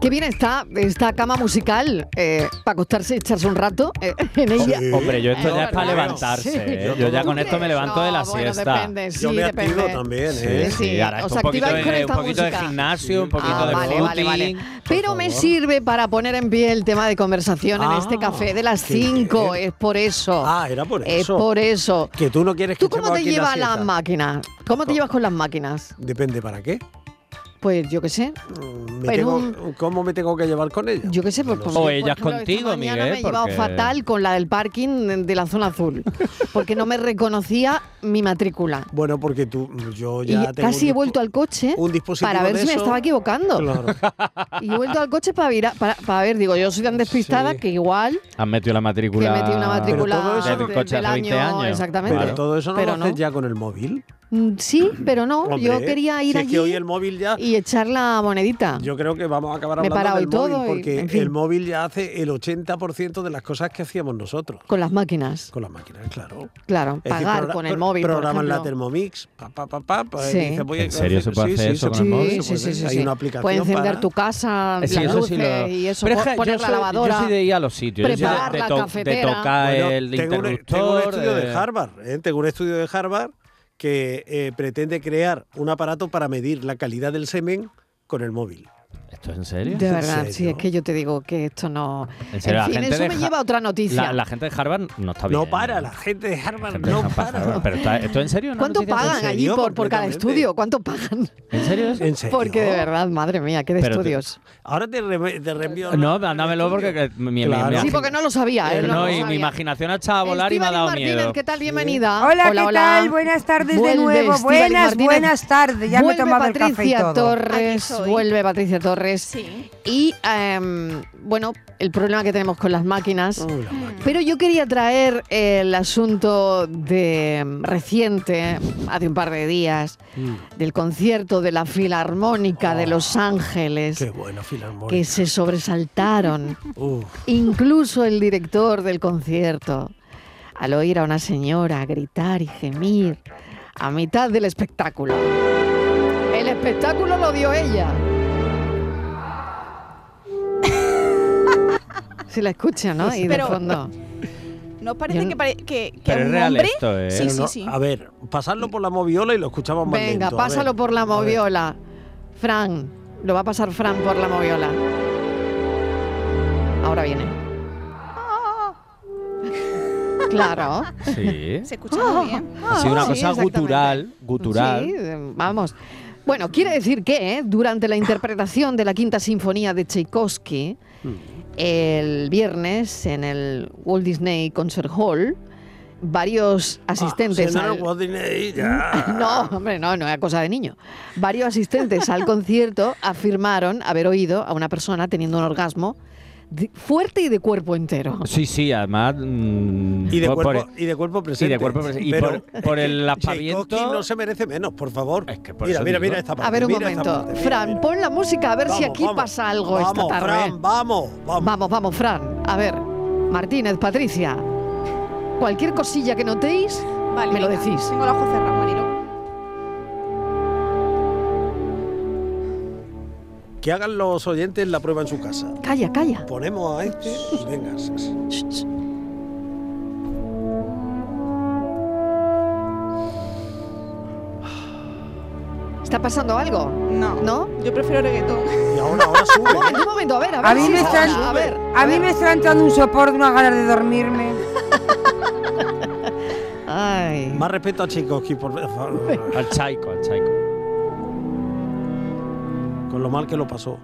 Qué bien está esta cama musical eh, para acostarse y echarse un rato eh, en ella. Hombre, yo esto No, ya es para no, levantarse. sí. ¿eh? Yo Yo ya todo- con esto me levanto de la No, bueno, siesta. depende, sí, Yo me depende. activo también, Sí, ¿eh? sí, ahora esto os un poquito, activáis con de, esta un poquito de música. gimnasio, un poquito Ah, de vale, vale, vale. footing. Pero me sirve para poner en pie el tema de conversación en Ah, este café de las qué 5. bien. Es por eso. Ah, era por Es eso. por eso. Que tú no quieres que ¿Tú cómo echemos te aquí la llevas siesta. las máquinas? ¿Cómo te llevas con las máquinas? Depende para qué. Pues yo qué sé. Mm, En Me tengo- un- ¿Cómo me tengo que llevar con ella? Yo qué sé, pues, por- O por ellas ejemplo, esta contigo, mañana Eh, Miguel, Me he llevado porque- fatal con la del parking de la zona azul, porque no me reconocía mi matrícula. Bueno, porque tú, yo Y ya tengo casi un he dispo- vuelto al coche un dispositivo para ver de si me eso. estaba equivocando. Claro. Y he vuelto al coche para, vira- para, para ver, digo, yo soy tan despistada Sí. que igual Has metido la que matrícula. metí una matrícula todo eso- de- del coche del hace 20 año, años. exactamente. Pero Claro. todo eso no Pero lo haces no. ya con el móvil. Mm, Sí, pero no, yo Hombre, ¿eh? quería ir si allí Es que hoy el móvil ya. y echar la monedita. Yo creo que vamos a acabar Me he hablando parado del y todo móvil y, porque en fin. el móvil ya hace el 80% de las cosas que hacíamos nosotros. Con las máquinas, Con las máquinas, claro. claro, Es decir, pagar progra- con el pro- móvil. por Programan la ejemplo. Thermomix, pa, pa, pa, pa, pa, Sí. y dices, voy a- ¿En serio se puede sí, hacer sí, eso se con Sí, el móvil? puede. sí, sí, sí, Hay sí. una aplicación Puedes encender para- tu casa, Eh, Sí, las eso luces sí lo- y eso, Pero es po- que poner yo la soy- lavadora. Yo soy de ir a los sitios. yo soy de- preparar de, la to- de cafetera. tocar Bueno, el tengo un- interruptor. tengo un estudio de, de- Harvard, ¿eh? tengo un estudio de Harvard que eh, pretende crear un aparato para medir la calidad del semen con el móvil. ¿Esto es en serio? De ¿En verdad, sí, serio? es que yo te digo que esto no. En serio, la en fin, gente eso de me Ja- lleva a otra noticia. La, la gente de Harvard no está bien. No para, la gente de Harvard Gente de no Harvard, para. Pero está- esto en serio, ¿no? ¿Cuánto Noticia- pagan serio, allí por, por cada completamente. estudio? ¿Cuánto pagan? ¿En serio? es? ¿En serio? Porque de verdad, madre mía, qué de Pero te- estudios. Ahora te, re- te reenvío. No, el mándamelo porque estudio. que- mi, mi- Claro. mi- Sí, porque no lo sabía, ¿eh? No, no lo y mi sabía. imaginación ha echado a volar y me ha Estíbaliz dado Martínez, miedo. ¿qué tal? Bienvenida. Hola, ¿qué hola. tal? Buenas tardes Vuelve de nuevo. Estíbaliz buenas, Martínez. buenas tardes. Ya me he vuelve tomado el café y Patricia todo. Aquí Torres, estoy. vuelve Patricia Torres. Sí. Y em, bueno, el problema que tenemos con las máquinas. Uy, la máquina. Pero yo quería traer el asunto de em, reciente, hace un par de días, Mm, del concierto de la Filarmónica Oh, de Los Ángeles, Qué buena filarmónica. que se sobresaltaron. Uf, Incluso el director del concierto, al oír a una señora gritar y gemir a mitad del espectáculo. El espectáculo lo dio ella. Se la escucha, ¿no? Y de Pero- fondo. ¿No Yo parece no- que, pare- que, que Pero a es un real hombre? esto, ¿eh? Sí, pero sí, no- ah. sí. A ver, pasarlo por la moviola y lo escuchamos más Venga, lento, a ver. pásalo por la A ver. moviola. Fran, lo va a pasar Fran por la moviola. Ahora viene. Claro. Sí. Se escucha muy bien. Oh. Ha sido una Sí, cosa exactamente. gutural, gutural. Sí, eh, vamos. Bueno, quiere decir que eh, durante la interpretación de la Quinta Sinfonía de Tchaikovsky, el viernes en el Walt Disney Concert Hall, varios Ah, asistentes si no, al- Walt Disney, ya. No, hombre, no, no era cosa de niño. Varios asistentes al concierto afirmaron haber oído a una persona teniendo un orgasmo de- fuerte y de cuerpo entero. Sí, sí, además. mm, Y de, por- cuerpo, por- y de cuerpo y presente. de cuerpo presente. Y Pero por, por el Tchaikovsky aspaviento. no se merece menos, por favor. Es que por mira, eso mira, digo. mira esta parte. A ver un mira esta momento. parte, mira, Fran, mira. pon la música a ver si Vamos, aquí vamos. pasa algo vamos, esta tarde. Fran, vamos, vamos. Vamos, vamos, Fran. A ver, Martínez, Patricia. Cualquier cosilla que notéis, Vale, me lo venga. decís. Tengo los ojos cerrados, Marilo. Que hagan los oyentes la prueba en su casa. Calla, calla. Ponemos a este y venga. s- s- Ch, ch. ¿Está pasando algo? No. ¿No? Yo prefiero reggaetón. Y ahora, ahora Un momento, sube. un momento, a ver, a ver. A mí si me es están- ahora, a ver, A mí me está entrando un sopor de unas ganas de dormirme. Ay. ¿eh? Más respeto a Tchaikovsky, por favor. Al chaico, al chaico. Con lo mal que lo pasó.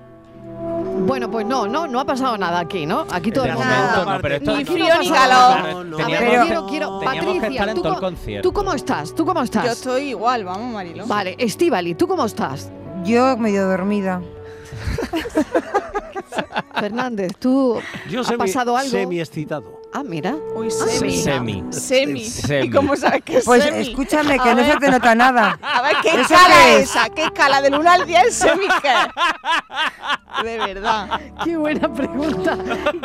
Bueno, pues no, no, no ha pasado nada aquí, ¿no? Aquí todo De nada. momento no, Nada. pero esto- Ni Aquí no frío ni pasa nada. calor. Claro, A ver, teníamos- Pero- quiero, quiero. teníamos que Patricia, estar en ¿tú, todo el co- concierto. ¿tú cómo estás? ¿Tú cómo estás? Yo estoy igual, vamos, Marilo. Vale, Estivali, ¿tú cómo estás? Yo medio dormida. Fernández, ¿tú Yo ha semi, pasado algo? semi excitado. Ah, mira. Hoy Se- semi. Semi. Semi. Semi. ¿Y cómo sabes que es Pues semi? escúchame, que A no se ver. te nota nada. A ver, ¿qué ¿Eso escala qué es es? esa? ¿Qué escala del 1 al 10 semi qué? De verdad. Qué buena pregunta.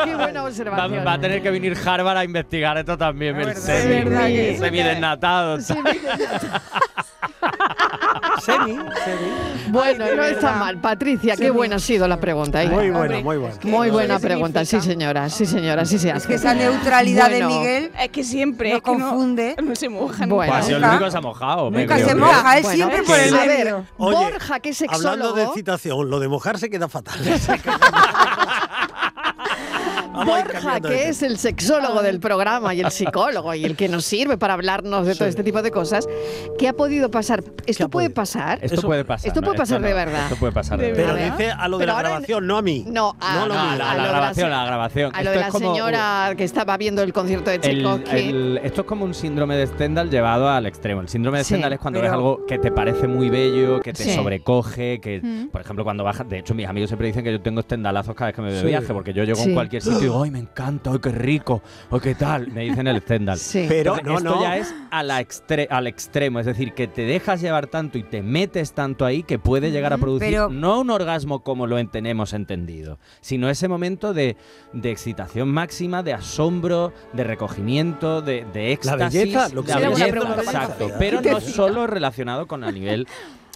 Qué buena Va, observación. va a tener que venir Harvard a investigar esto también, el verdad, semi. es verdad que- semi desnatado. Sí, mira, Semi, semi. Bueno, no está verdad. mal. Patricia, qué buena ha sido la pregunta. ¿eh? Muy Muy, buena, muy buena. que no sé buena qué pregunta. Sí, significa. señora. Sí, señora. Sí se hace. Es que esa neutralidad Bueno. de Miguel Es que siempre. Nos es que no- confunde. No, se mojan. Bueno. Pues ha sido el Nunca- único que se ha mojado. me nunca creo, se ¿eh? moja, él Bueno, siempre es por el que- a ver, medio. Oye, Borja, que es Hablando de sexólogo, citación, lo de mojarse queda fatal. Vamos a ir Borja, cambiando de que tema. es el sexólogo del programa y el psicólogo y el que nos sirve para hablarnos de todo este tipo de cosas, que ha podido pasar. ¿Qué ha Esto puede podido? pasar. Esto Eso- puede pasar. esto no, puede pasar de no, verdad. Esto puede pasar de De verdad. Pero ¿verdad? dice a lo de Pero la ahora- grabación, no a mí. No, a, No, lo No, mío. Ah, la, a la lo de grabación, se- la grabación. a lo de Esto la es como señora que estaba viendo el concierto de El- Tchaikovsky. el- esto es como un síndrome de Stendhal llevado al extremo. El síndrome de Sí, Stendhal es cuando pero- ves algo que te parece muy bello, que te Sí. sobrecoge, que, Mm. por ejemplo, cuando bajas... De hecho, mis amigos siempre dicen que yo tengo Stendhalazos cada vez que me voy de Sí. viaje, porque yo llego Sí. en cualquier sitio y digo, ¡ay, me encanta! ¡ay, qué rico! ¡ay, qué tal! Me dicen el Stendhal. Sí. Pero Entonces, no, esto no. ya es a la extre- al extremo, es decir, que te dejas llevar tanto y te metes tanto ahí que puede llegar a Ujú, producir pero- no un orgasmo como lo en- tenemos entendido, sino ese momento de, de excitación máxima, de asombro, de recogimiento, de, de éxtasis. belleza, lo que la sea. Era una belleza, pregunta para exacto, Patricia. pero ¿Qué te no cita? solo relacionado con a nivel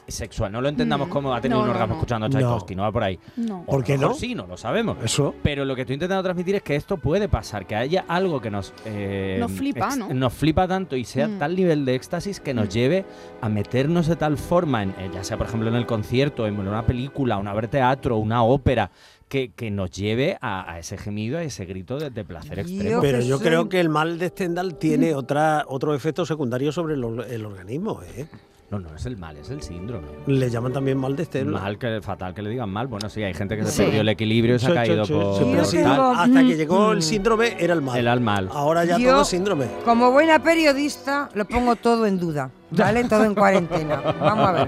sexual. No lo entendamos Mm, como ha tenido no, un no, orgasmo no. escuchando a Tchaikovsky, no. va por ahí. No. O a lo ¿Por qué mejor no? Sí, no lo sabemos. Eso. Pero lo que estoy intentando transmitir es que esto puede pasar, que haya algo que nos... eh, Nos flipa, ex- ¿no? Nos flipa tanto y sea Mm. tal nivel de éxtasis que nos lleve a meternos de tal forma, en, eh, ya sea por ejemplo en el concierto, en una película, una obra de teatro, una ópera, que, que nos lleve a, a ese gemido, a ese grito de, de placer extremo. Pero yo Sí. creo que el mal de Stendhal tiene Mm. otra, otro efecto secundario sobre el, or- el organismo. ¿eh? No, no es el mal, es el síndrome. Le llaman también mal de Stendhal. Mal, que, fatal que le digan mal. Bueno, sí, hay gente que se Sí. perdió el equilibrio y se Sí, ha sí, caído sí, por, sí, pero por sí, si- tal. Hasta que Mm, llegó mm. el síndrome era el mal. El al mal. Ahora ya Yo- todo es síndrome. Como buena periodista, lo pongo todo en duda, ¿vale? Todo en cuarentena. Vamos a ver.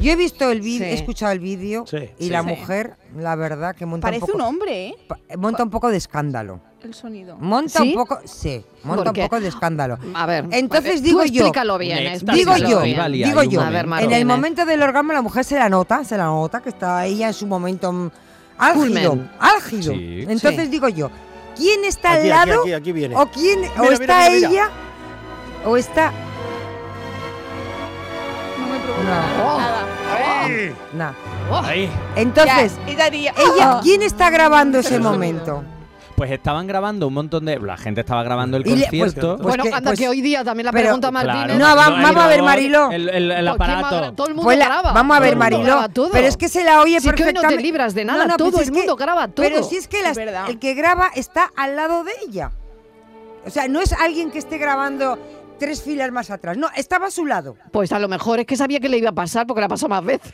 Yo he visto el vídeo, Sí. he escuchado el vídeo Sí, y sí. la Sí. mujer, la verdad, que monta Parece un poco, un hombre, ¿eh? pa- monta un poco de escándalo. El sonido. Monta ¿Sí? un poco, sí, monta ¿Por un qué? poco de escándalo. A ver, Entonces a ver, digo tú yo- Explícalo bien, Un éxtasis Digo explícalo yo, bien. sexual y digo hay un yo, A ver, momento. Marta. En Martínez. el momento del orgasmo la mujer se la nota, se la nota que está ella en su momento mm, álgido, Culmen. álgido. Sí. Entonces Sí. digo yo, ¿quién está Aquí, al aquí, lado aquí, aquí viene. o quién o Mira, está mira, mira, mira. ella o está No me pregunto no, nada. na. Ahí. Entonces, Ya, ella haría. Oh. ella quién está grabando ese Pero sonido. momento? Pues estaban grabando un montón de. La gente estaba grabando el Y le- pues- concierto. pues bueno, que- anda, pues- que hoy día también la pero- pregunta Claro. Martínez. No, va- el vamos a grabador, ver, Mariló. El, el- el ¿por qué aparato. madra- Todo el mundo Pues la- graba. vamos a ver, Todo el mundo Mariló, graba todo. pero es que se la oye Si es que hoy no perfectamente. te libras de nada, todo pues el es que- mundo graba todo. Pero si es que la- Es verdad. el que graba está al lado de ella. O sea, no es alguien que esté grabando tres filas más atrás. No, estaba a su lado. Pues a lo mejor es que sabía que le iba a pasar porque la pasó más veces.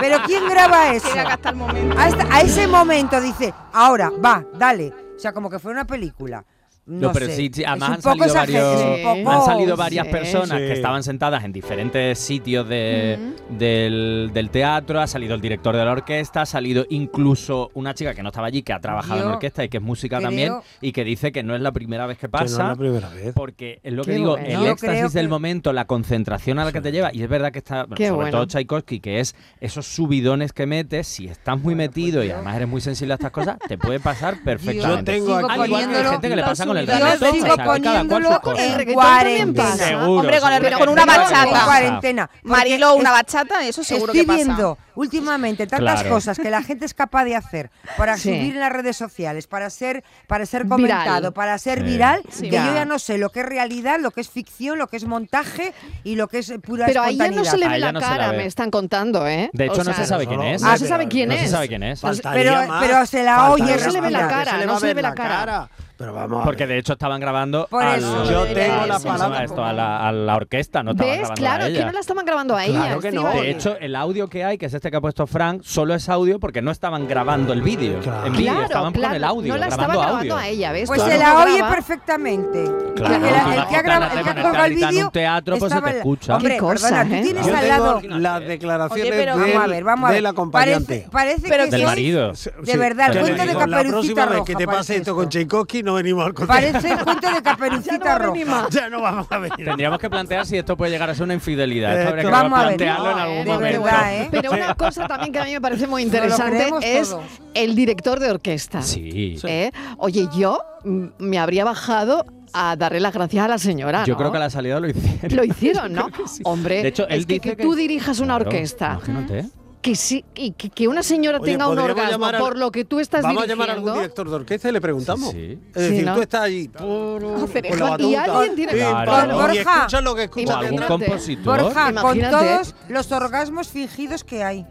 Pero ¿quién graba eso? Llega hasta el momento. A, esta- a ese momento dice, ahora, va, dale. O sea, como que fuera una película. No, No, pero sé. sí, sí, Es además un han poco salido exagerado, varios- es un Sí. poco- Han salido Oh, varias sí. personas Sí. que estaban sentadas en diferentes sitios de- del, del teatro. Ha salido el director de la orquesta, ha salido incluso una chica que no estaba allí, que ha trabajado en Yo orquesta y que es música creo- también, y que dice que no es la primera vez que Que no es pasa. la primera vez. Porque es lo que Qué digo, bueno. el Yo creo éxtasis del que- momento, la concentración a la que te lleva, y es verdad que está, bueno, Qué sobre bueno. todo Tchaikovsky, que es esos subidones que metes, si estás muy metido y pues yo- además eres muy sensible a estas cosas, te puede pasar perfectamente. Yo tengo aquí- sigo Al igual que hay poniéndolo- gente que le pasa con el Yo reggaetón, sigo o sea, que cada cual sus poniéndolo cosas. en El reggaetón también cuarenta. pasa. Seguro, Hombre, con, el- seguro. con una Pero en bachata. cuarentena. Porque Mariló, una es- bachata, eso seguro Estoy que pasa. viendo últimamente tantas Claro. cosas que la gente es capaz de hacer para Sí. subir en las redes sociales, para ser, para ser Viral. comentado, para ser Sí. viral, Sí. que Ya. yo ya no sé lo que es realidad, lo que es ficción, lo que es montaje y lo que es pura Pero ahí ya espontaneidad. no se le ve Ahí ya la no se la cara, ve. me están contando, ¿eh? De hecho, O no sea, se sabe quién es. Ah, se sabe quién No se es. Pues, sabe quién es. Faltaría Pero- más, pero se la oye, faltaría no se le ve la más, cara, que le no va a se le ver ve la cara. Pero vamos. a Porque ver. de hecho estaban grabando Por al- eso. Yo tengo la ¿cómo se llama palabra. esto? A, la, a la orquesta, no estaban ¿Ves? grabando Claro, a que ella. no la estaban grabando a ella. Claro que no. Estíbaliz. De hecho, el audio que hay, que es este que ha puesto Frank, solo es audio porque no estaban grabando el vídeo. Claro. En vídeo, claro, estaban claro, con el audio, no la grabando estaban audio. grabando a ella, ¿ves? Pues Todo se el la mundo oye graba. perfectamente. Claro, Porque la- tú el la que ha quitas, la grabado, el pones, que ha estás colgado el gritando en vídeo. teatro, pues se estaba te la- escucha. Hombre, Qué cosa, perdona, tú ¿eh? tienes Yo al tengo lado. las eh. declaraciones Oye, pero- del, Vamos a ver, vamos a ver. del Parece, acompañante. parece Pero que Del soy- marido. De verdad, que el le cuento de digo, La Caperucita próxima vez Roja que te parece pase esto esto. con Tchaikovsky, no venimos al concierto. Parece el cuento de Caperucita Roja. Ya no vamos a venir. Tendríamos que plantear si esto puede llegar a ser una infidelidad. Esto Esto- habría que Vamos a ver. plantearlo en No, algún eh, de momento. verdad, ¿eh? Pero una cosa también que a mí me parece muy lo interesante creemos es todos. el director de orquesta. Sí. ¿eh? Oye, yo mm, me habría bajado a darle las gracias a la señora. Yo ¿no? creo que a la salida lo hicieron. Lo hicieron, ¿no? Hombre, De hecho, él es que, dice que que- tú dirijas una Claro, orquesta, Imagínate. que sí, y que, que una señora Oye, tenga un podríamos orgasmo llamar al- por lo que tú estás Vamos a dirigiendo. llamar a algún director de orquesta y le preguntamos. Sí, sí. Es Sí, decir, ¿no? tú estás allí. pum, pum, Hacer con la eso. Ah, Y batuta, alguien tiene- pim, Claro. pam, Borja, Y escucha lo que escucha. O algún Imagínate. compositor. Borja, con Imagínate. todos los orgasmos fingidos que hay.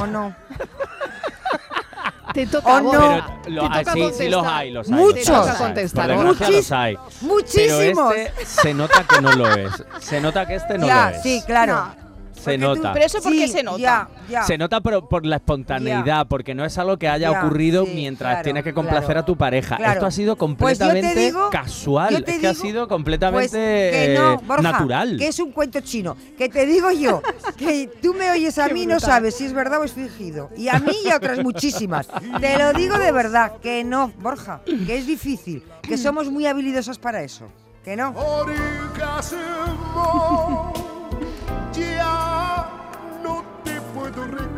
¿O no? Te toca Oh, no. Borja, Pero lo- te ah, toca sí, sí contestar. los hay, los hay. Muchos. Te toca Por contestar. Por Borja. desgracia Muchis- los hay. ¡Muchísimos! Pero este se nota que no lo es. Se nota que este no lo ya, es. sí, claro. se Porque nota. Pero eso porque Sí, se nota. Ya, ya. Se nota por, por la espontaneidad, porque no es algo que haya Ya, ocurrido sí, mientras claro, tienes que complacer claro. a tu pareja. Claro. Esto ha sido Pues yo te completamente digo- casual. yo te es que ha digo, sido Pues completamente que no, eh, Borja, natural. que es un cuento chino. Que te digo yo, que tú me oyes a Qué mí y no brutal. sabes si es verdad o es fingido. Y a mí y a otras muchísimas. Te lo digo de verdad, que no, Borja, que es difícil, que somos muy habilidosas para eso. Que no. Orgasmo, ya no te puedo recordar.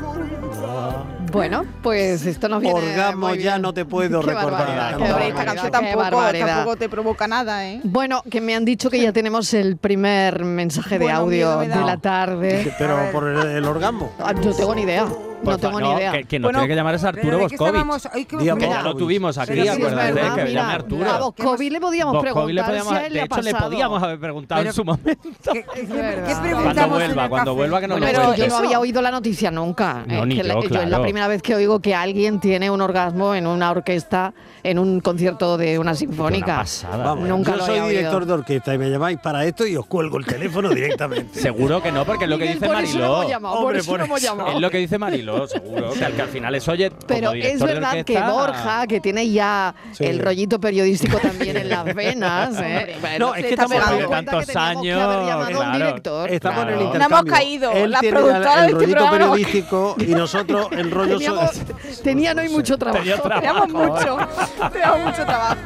Bueno, pues esto nos viene Orgasmo, muy Ah. ya bien. no te puedo Qué recordar. barbaridad, Qué qué Hombre, barbaridad, esta canción qué tampoco, barbaridad. tampoco te provoca nada, ¿eh? Bueno, que me han dicho que ya tenemos el primer mensaje de Bueno, audio miedo me da. de la tarde. A Pero ver. por el, el orgasmo. Ah, No tengo ni idea. Por No tengo fa- ni idea. Que, que nos Bueno, tiene que llamar es Pero Arturo ¿de qué Boscovich. estábamos? Ay, qué- Día Que mira, ya lo tuvimos aquí, Pero sí, es acuérdate, verdad, que mira, llame Arturo. a Boscovi le podíamos Boscovich le preguntar podíamos- si a él de le ha hecho, le pasado. podíamos haber preguntado Pero- en su momento. ¿Qué, qué- Es qué verdad. preguntamos Cuando en el vuelva, cuando café? vuelva, que nos Bueno, lo pero cuente. yo eso- no había oído la noticia nunca. No, Es ni que yo, la- es la claro. primera vez que oigo que alguien tiene un orgasmo en una orquesta, en un concierto de una Una sinfónica. pasada. eh. Vamos, Nunca yo lo soy había director oído. de orquesta y me llamáis para esto y os cuelgo el teléfono directamente. Seguro que no, porque es lo que Miguel, dice por eso no Mariló. hemos llamado, por Hombre, eso por no hemos eso. llamado. Es lo que dice Mariló, seguro. que al, que al final es, oye, como Pero es director de verdad que orquesta- Borja, que tiene ya Sí. el rollito periodístico también en las venas, ¿eh? No, es que estamos dando hablando cuenta que tantos teníamos que años, haber llamado a un claro. director. Estamos en el Claro. No hemos intercambio. caído. Él La tiene productora de el este rollito programa no- periodístico y nosotros el rollo... Teníamos- so- tenían hoy mucho trabajo. Tenía trabajo. Teníamos mucho, teníamos mucho trabajo.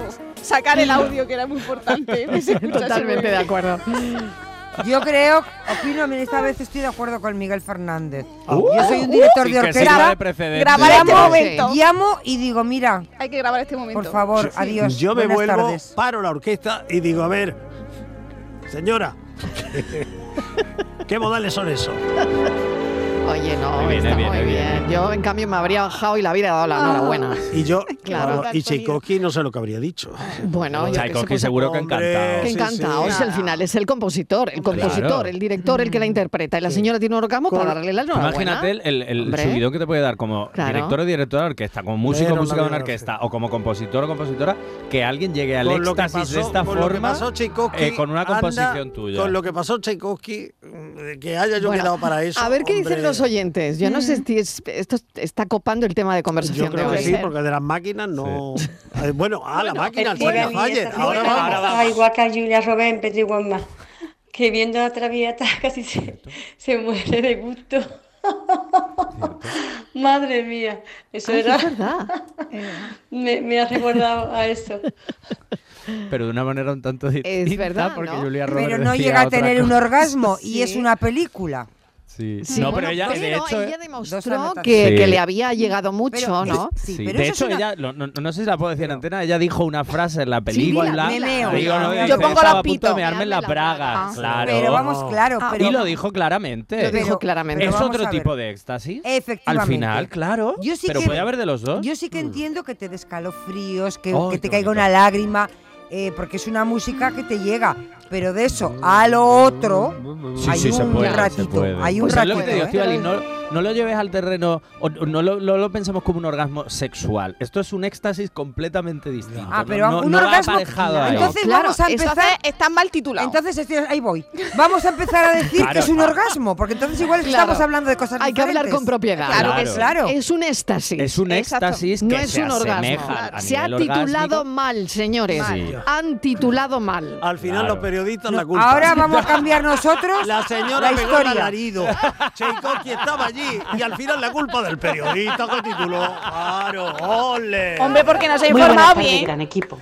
Sacar el audio, que era muy importante. que se escuchase Totalmente muy de bien. acuerdo. Yo creo, opino, mira, esta vez estoy de acuerdo con Miguel Fernández. Uh, Yo soy un director y de que sirva orquesta. de precedente. Grabar este Llamo- momento. Llamo y digo, mira, Hay que grabar este momento. por favor, adiós. Yo me buenas vuelvo, tardes. paro la orquesta y digo, a ver, señora, ¿qué modales son esos? Oye, no, Muy bien, está bien, muy bien, Ah. bien. bien. Yo, en cambio, me habría bajado y la habría dado la enhorabuena. Y yo, Claro. vamos, y Tchaikovsky no sé lo que habría dicho. Bueno, yo que sé, Tchaikovsky pues, seguro que hombre, Que encantado. sí, encantado, sí. es el final, es el compositor, el compositor, Claro. el director, el que Mm. la interpreta. Y la señora tiene un orgasmo para darle la enhorabuena. Imagínate el, el- el Hombre. subidón que te puede dar como Claro. director o directora de orquesta, como músico Pero o músico de la una biografía. orquesta, o como compositor o compositora, que alguien llegue al Con lo que éxtasis pasó- de esta con lo que forma pasó Tchaikovsky, eh, con una anda composición tuya. Con lo que pasó Tchaikovsky, mm, que haya yo Bueno, quedado para eso. a ver qué dicen hombre. Mm. los oyentes. Yo no sé si es- esto está copando el tema de Yo conversación de creo que hoy. ¿eh? sí, porque de las máquinas no. Eh, Bueno, a la máquina, al Steven Steven y Faller. esta Ahora señora. vamos. Ah, igual que a Julia Roberts en Petri One Man, que viendo a Traviata casi se, se muere de gusto. Madre mía, eso Ay, era, es verdad. me, me ha recordado a eso. pero de una manera un tanto distinta, verdad, porque ¿no? Julia Roberts Pero no decía llega a otra tener un cosa. orgasmo y es Sí. una película. Sí. Sí, no, bueno, pero ella, de pero hecho, ella eh, Dos demostró anotaciones. que, Sí. que le había llegado mucho, Pero- ¿no? Sí, Sí, pero de eso es hecho, una- ella, lo- no, no- no sé si la puedo decir en antena, ella dijo una frase en la película. dila, dila. digo, no, Yo dice, pongo "Estaba la a punto pito". de mearme en la braga. Ah. Claro. Pero vamos, claro, Ah, pero y lo dijo claramente. Lo dijo pero- claramente. pero es vamos otro a ver. tipo de éxtasis. Al Efectivamente. final, claro. Yo sí pero que- puede haber de los dos. Mm. Yo sí que entiendo que te dé escalofríos, que, Ay, que te qué caiga bonito. una lágrima, eh, porque es una música que te llega. Pero de eso a lo otro, hay un ratito. Hay un Pues es lo ratito. que te digo, ¿eh? Estíbaliz, no, no lo lleves al terreno, o- o no lo, lo- lo pensemos como un orgasmo sexual. Esto es un éxtasis completamente distinto. Ah, no- pero no, un no va orgasmo- aparejado ahí. Entonces Claro, vamos a eso empezar. Entonces, está mal titulado. Entonces, estoy- ahí voy. Vamos a empezar a decir Claro. que es un orgasmo, porque entonces igual Claro. estamos hablando de cosas Hay que hablar con diferentes. propiedad. Claro que Claro, sí. claro. Es un éxtasis. Es un Exacto. éxtasis que no es se un orgasmo. asemeja a Se ha nivel titulado orgásmico. mal, señores. Sí. Han titulado mal. Al final Claro. los periodistas No, la culpa. Ahora vamos a cambiar nosotros La señora la pegó el historia. alarido. Tchaikovsky estaba allí y al final la culpa del periodista que tituló. Claro, ole. Hombre, porque nos ha Muy buenas informado tardes, bien. gran equipo.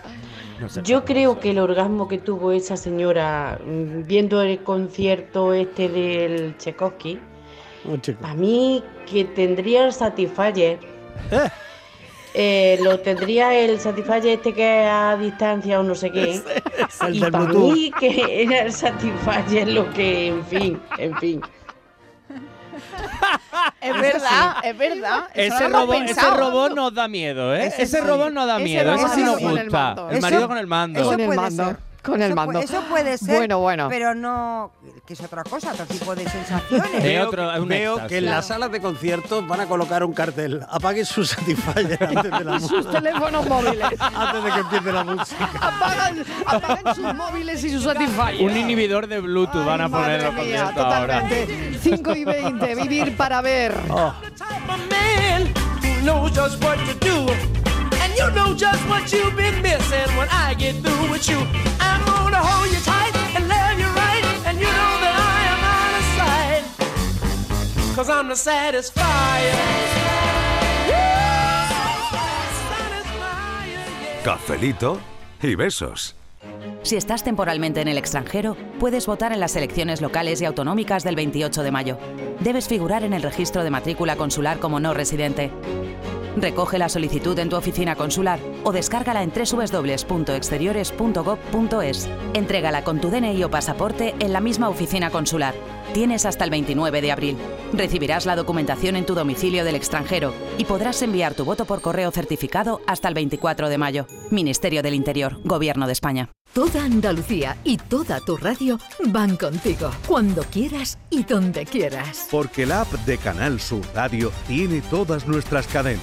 No sé, Yo no creo sé. que el orgasmo que tuvo esa señora mm, viendo el concierto este del Tchaikovsky, Un chico. para mí que tendría el Satisfyer, eh, lo tendría el Satisfyer este que es a distancia o no sé qué. El Y del para Bluetooth. mí que era el Satisfyer lo que, en fin, en fin. Es verdad, es verdad. Eso Ese no lo hemos robot, ese pensado. robot nos da miedo, ¿eh? Ese, Ese sí. robot nos da Ese miedo, robot ese sí sí, nos con el gusta. mando. El, Eso- marido con el mando. eso con el puede mando. ser. Con el Eso pu- mando. Eso puede ser. Bueno, bueno. Pero no. Que es otra cosa, otro tipo de sensaciones. Eh, Veo, otro- es un veo éxtasis. que en las salas de conciertos van a colocar un cartel. Apaguen su Satisfyer antes de, la mu- Sus teléfonos móviles. antes de que empiece la música. Apagan, apagan sus móviles y sus Satisfyer. Un inhibidor de Bluetooth van a Ay, poner en los madre mía, conciertos ahora. Oh. totalmente. 5 y 20, vivir para ver. Cafelito y besos. Si estás temporalmente en el extranjero, puedes votar en las elecciones locales y autonómicas del 28 de mayo. Debes figurar en el registro de matrícula consular como no residente. Recoge la solicitud en tu oficina consular o descárgala en www.exteriores.gov.es. Entrégala con tu DNI o pasaporte en la misma oficina consular. Tienes hasta el 29 de abril. Recibirás la documentación en tu domicilio del extranjero y podrás enviar tu voto por correo certificado hasta el 24 de mayo. Ministerio del Interior, Gobierno de España. Toda Andalucía y toda tu radio van contigo, cuando quieras y donde quieras. Porque la app de Canal Sur Radio tiene todas nuestras cadenas,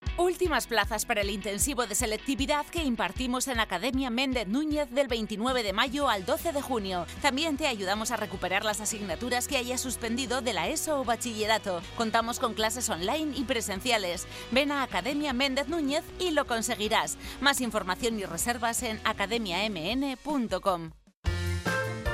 Últimas plazas para el intensivo de selectividad que impartimos en la Academia Méndez Núñez del 29 de mayo al 12 de junio. También te ayudamos a recuperar las asignaturas que hayas suspendido de la ESO o bachillerato. Contamos con clases online y presenciales. Ven a Academia Méndez Núñez y lo conseguirás. Más información y reservas en academiamn.com.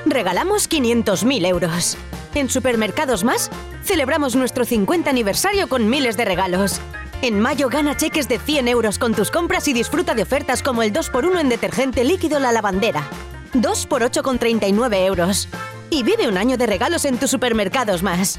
Regalamos 500.000 euros. En Supermercados Más celebramos nuestro 50 aniversario con miles de regalos. En mayo gana cheques de 100 euros con tus compras y disfruta de ofertas como el 2x1 en detergente líquido La Lavandera. 2x8 con 39 euros. Y vive un año de regalos en tus Supermercados Más.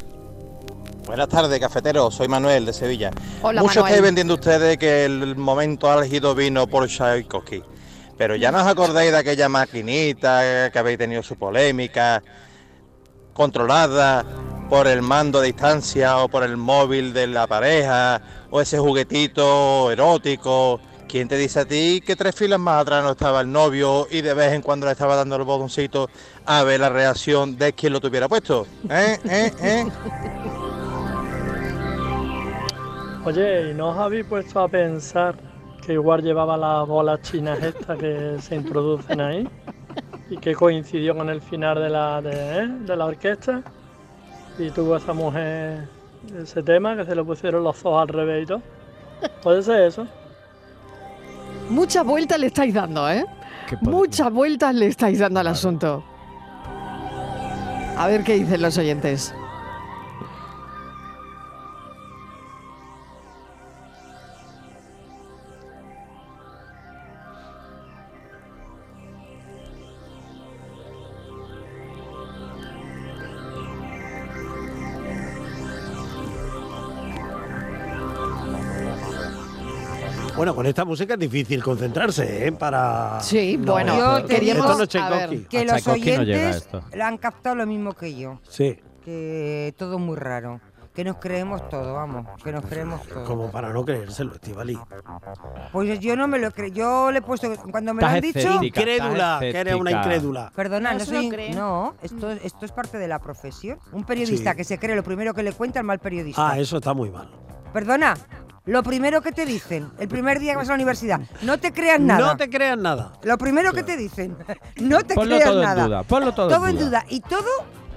Buenas tardes, cafetero. Soy Manuel de Sevilla. Hola, Mucho Manuel. estáis vendiendo ustedes que el momento álgido vino por Tchaikovsky. Pero ya no os acordáis de aquella maquinita que habéis tenido su polémica, controlada por el mando a distancia o por el móvil de la pareja, o ese juguetito erótico. ¿Quién te dice a ti que tres filas más atrás no estaba el novio y de vez en cuando le estaba dando el botoncito a ver la reacción de quien lo tuviera puesto? ¿Eh? ¿Eh? ¿Eh? Oye, ¿y no os habéis puesto a pensar que igual llevaba las bolas chinas estas que se introducen ahí? Y que coincidió con el final de la, de, ¿eh? de la orquesta. Y tuvo esa mujer Ese tema que se lo pusieron los ojos al revés y todo. Puede ser eso. Muchas vueltas le estáis dando, ¿eh? Muchas vueltas le estáis dando al asunto. A ver qué dicen los oyentes. Bueno, con esta música es difícil concentrarse, ¿eh? Para. Sí, No, bueno, esto- yo queríamos- esto no es a ver, Tchaikovsky. que los oyentes la han captado lo mismo que yo. Sí. Que todo muy raro. Que nos creemos todo, vamos. Que nos creemos todo. Como para no creérselo, Estivali. Pues yo no me lo creo. Yo le he puesto. Cuando me lo Estás han dicho. escéptica, Incrédula, estás que eres una escéptica. incrédula. Perdona, No, no, eso soy. no creo. No, esto, esto es parte de la profesión. Un periodista Sí. que se cree lo primero que le cuenta el mal periodista. Ah, eso está muy mal. Perdona. Lo primero que te dicen, el primer día que vas a la universidad, no te creas nada. No te creas nada. Lo primero que te dicen, no te Ponlo creas todo en nada. duda, ponlo todo en en duda. duda. Y todo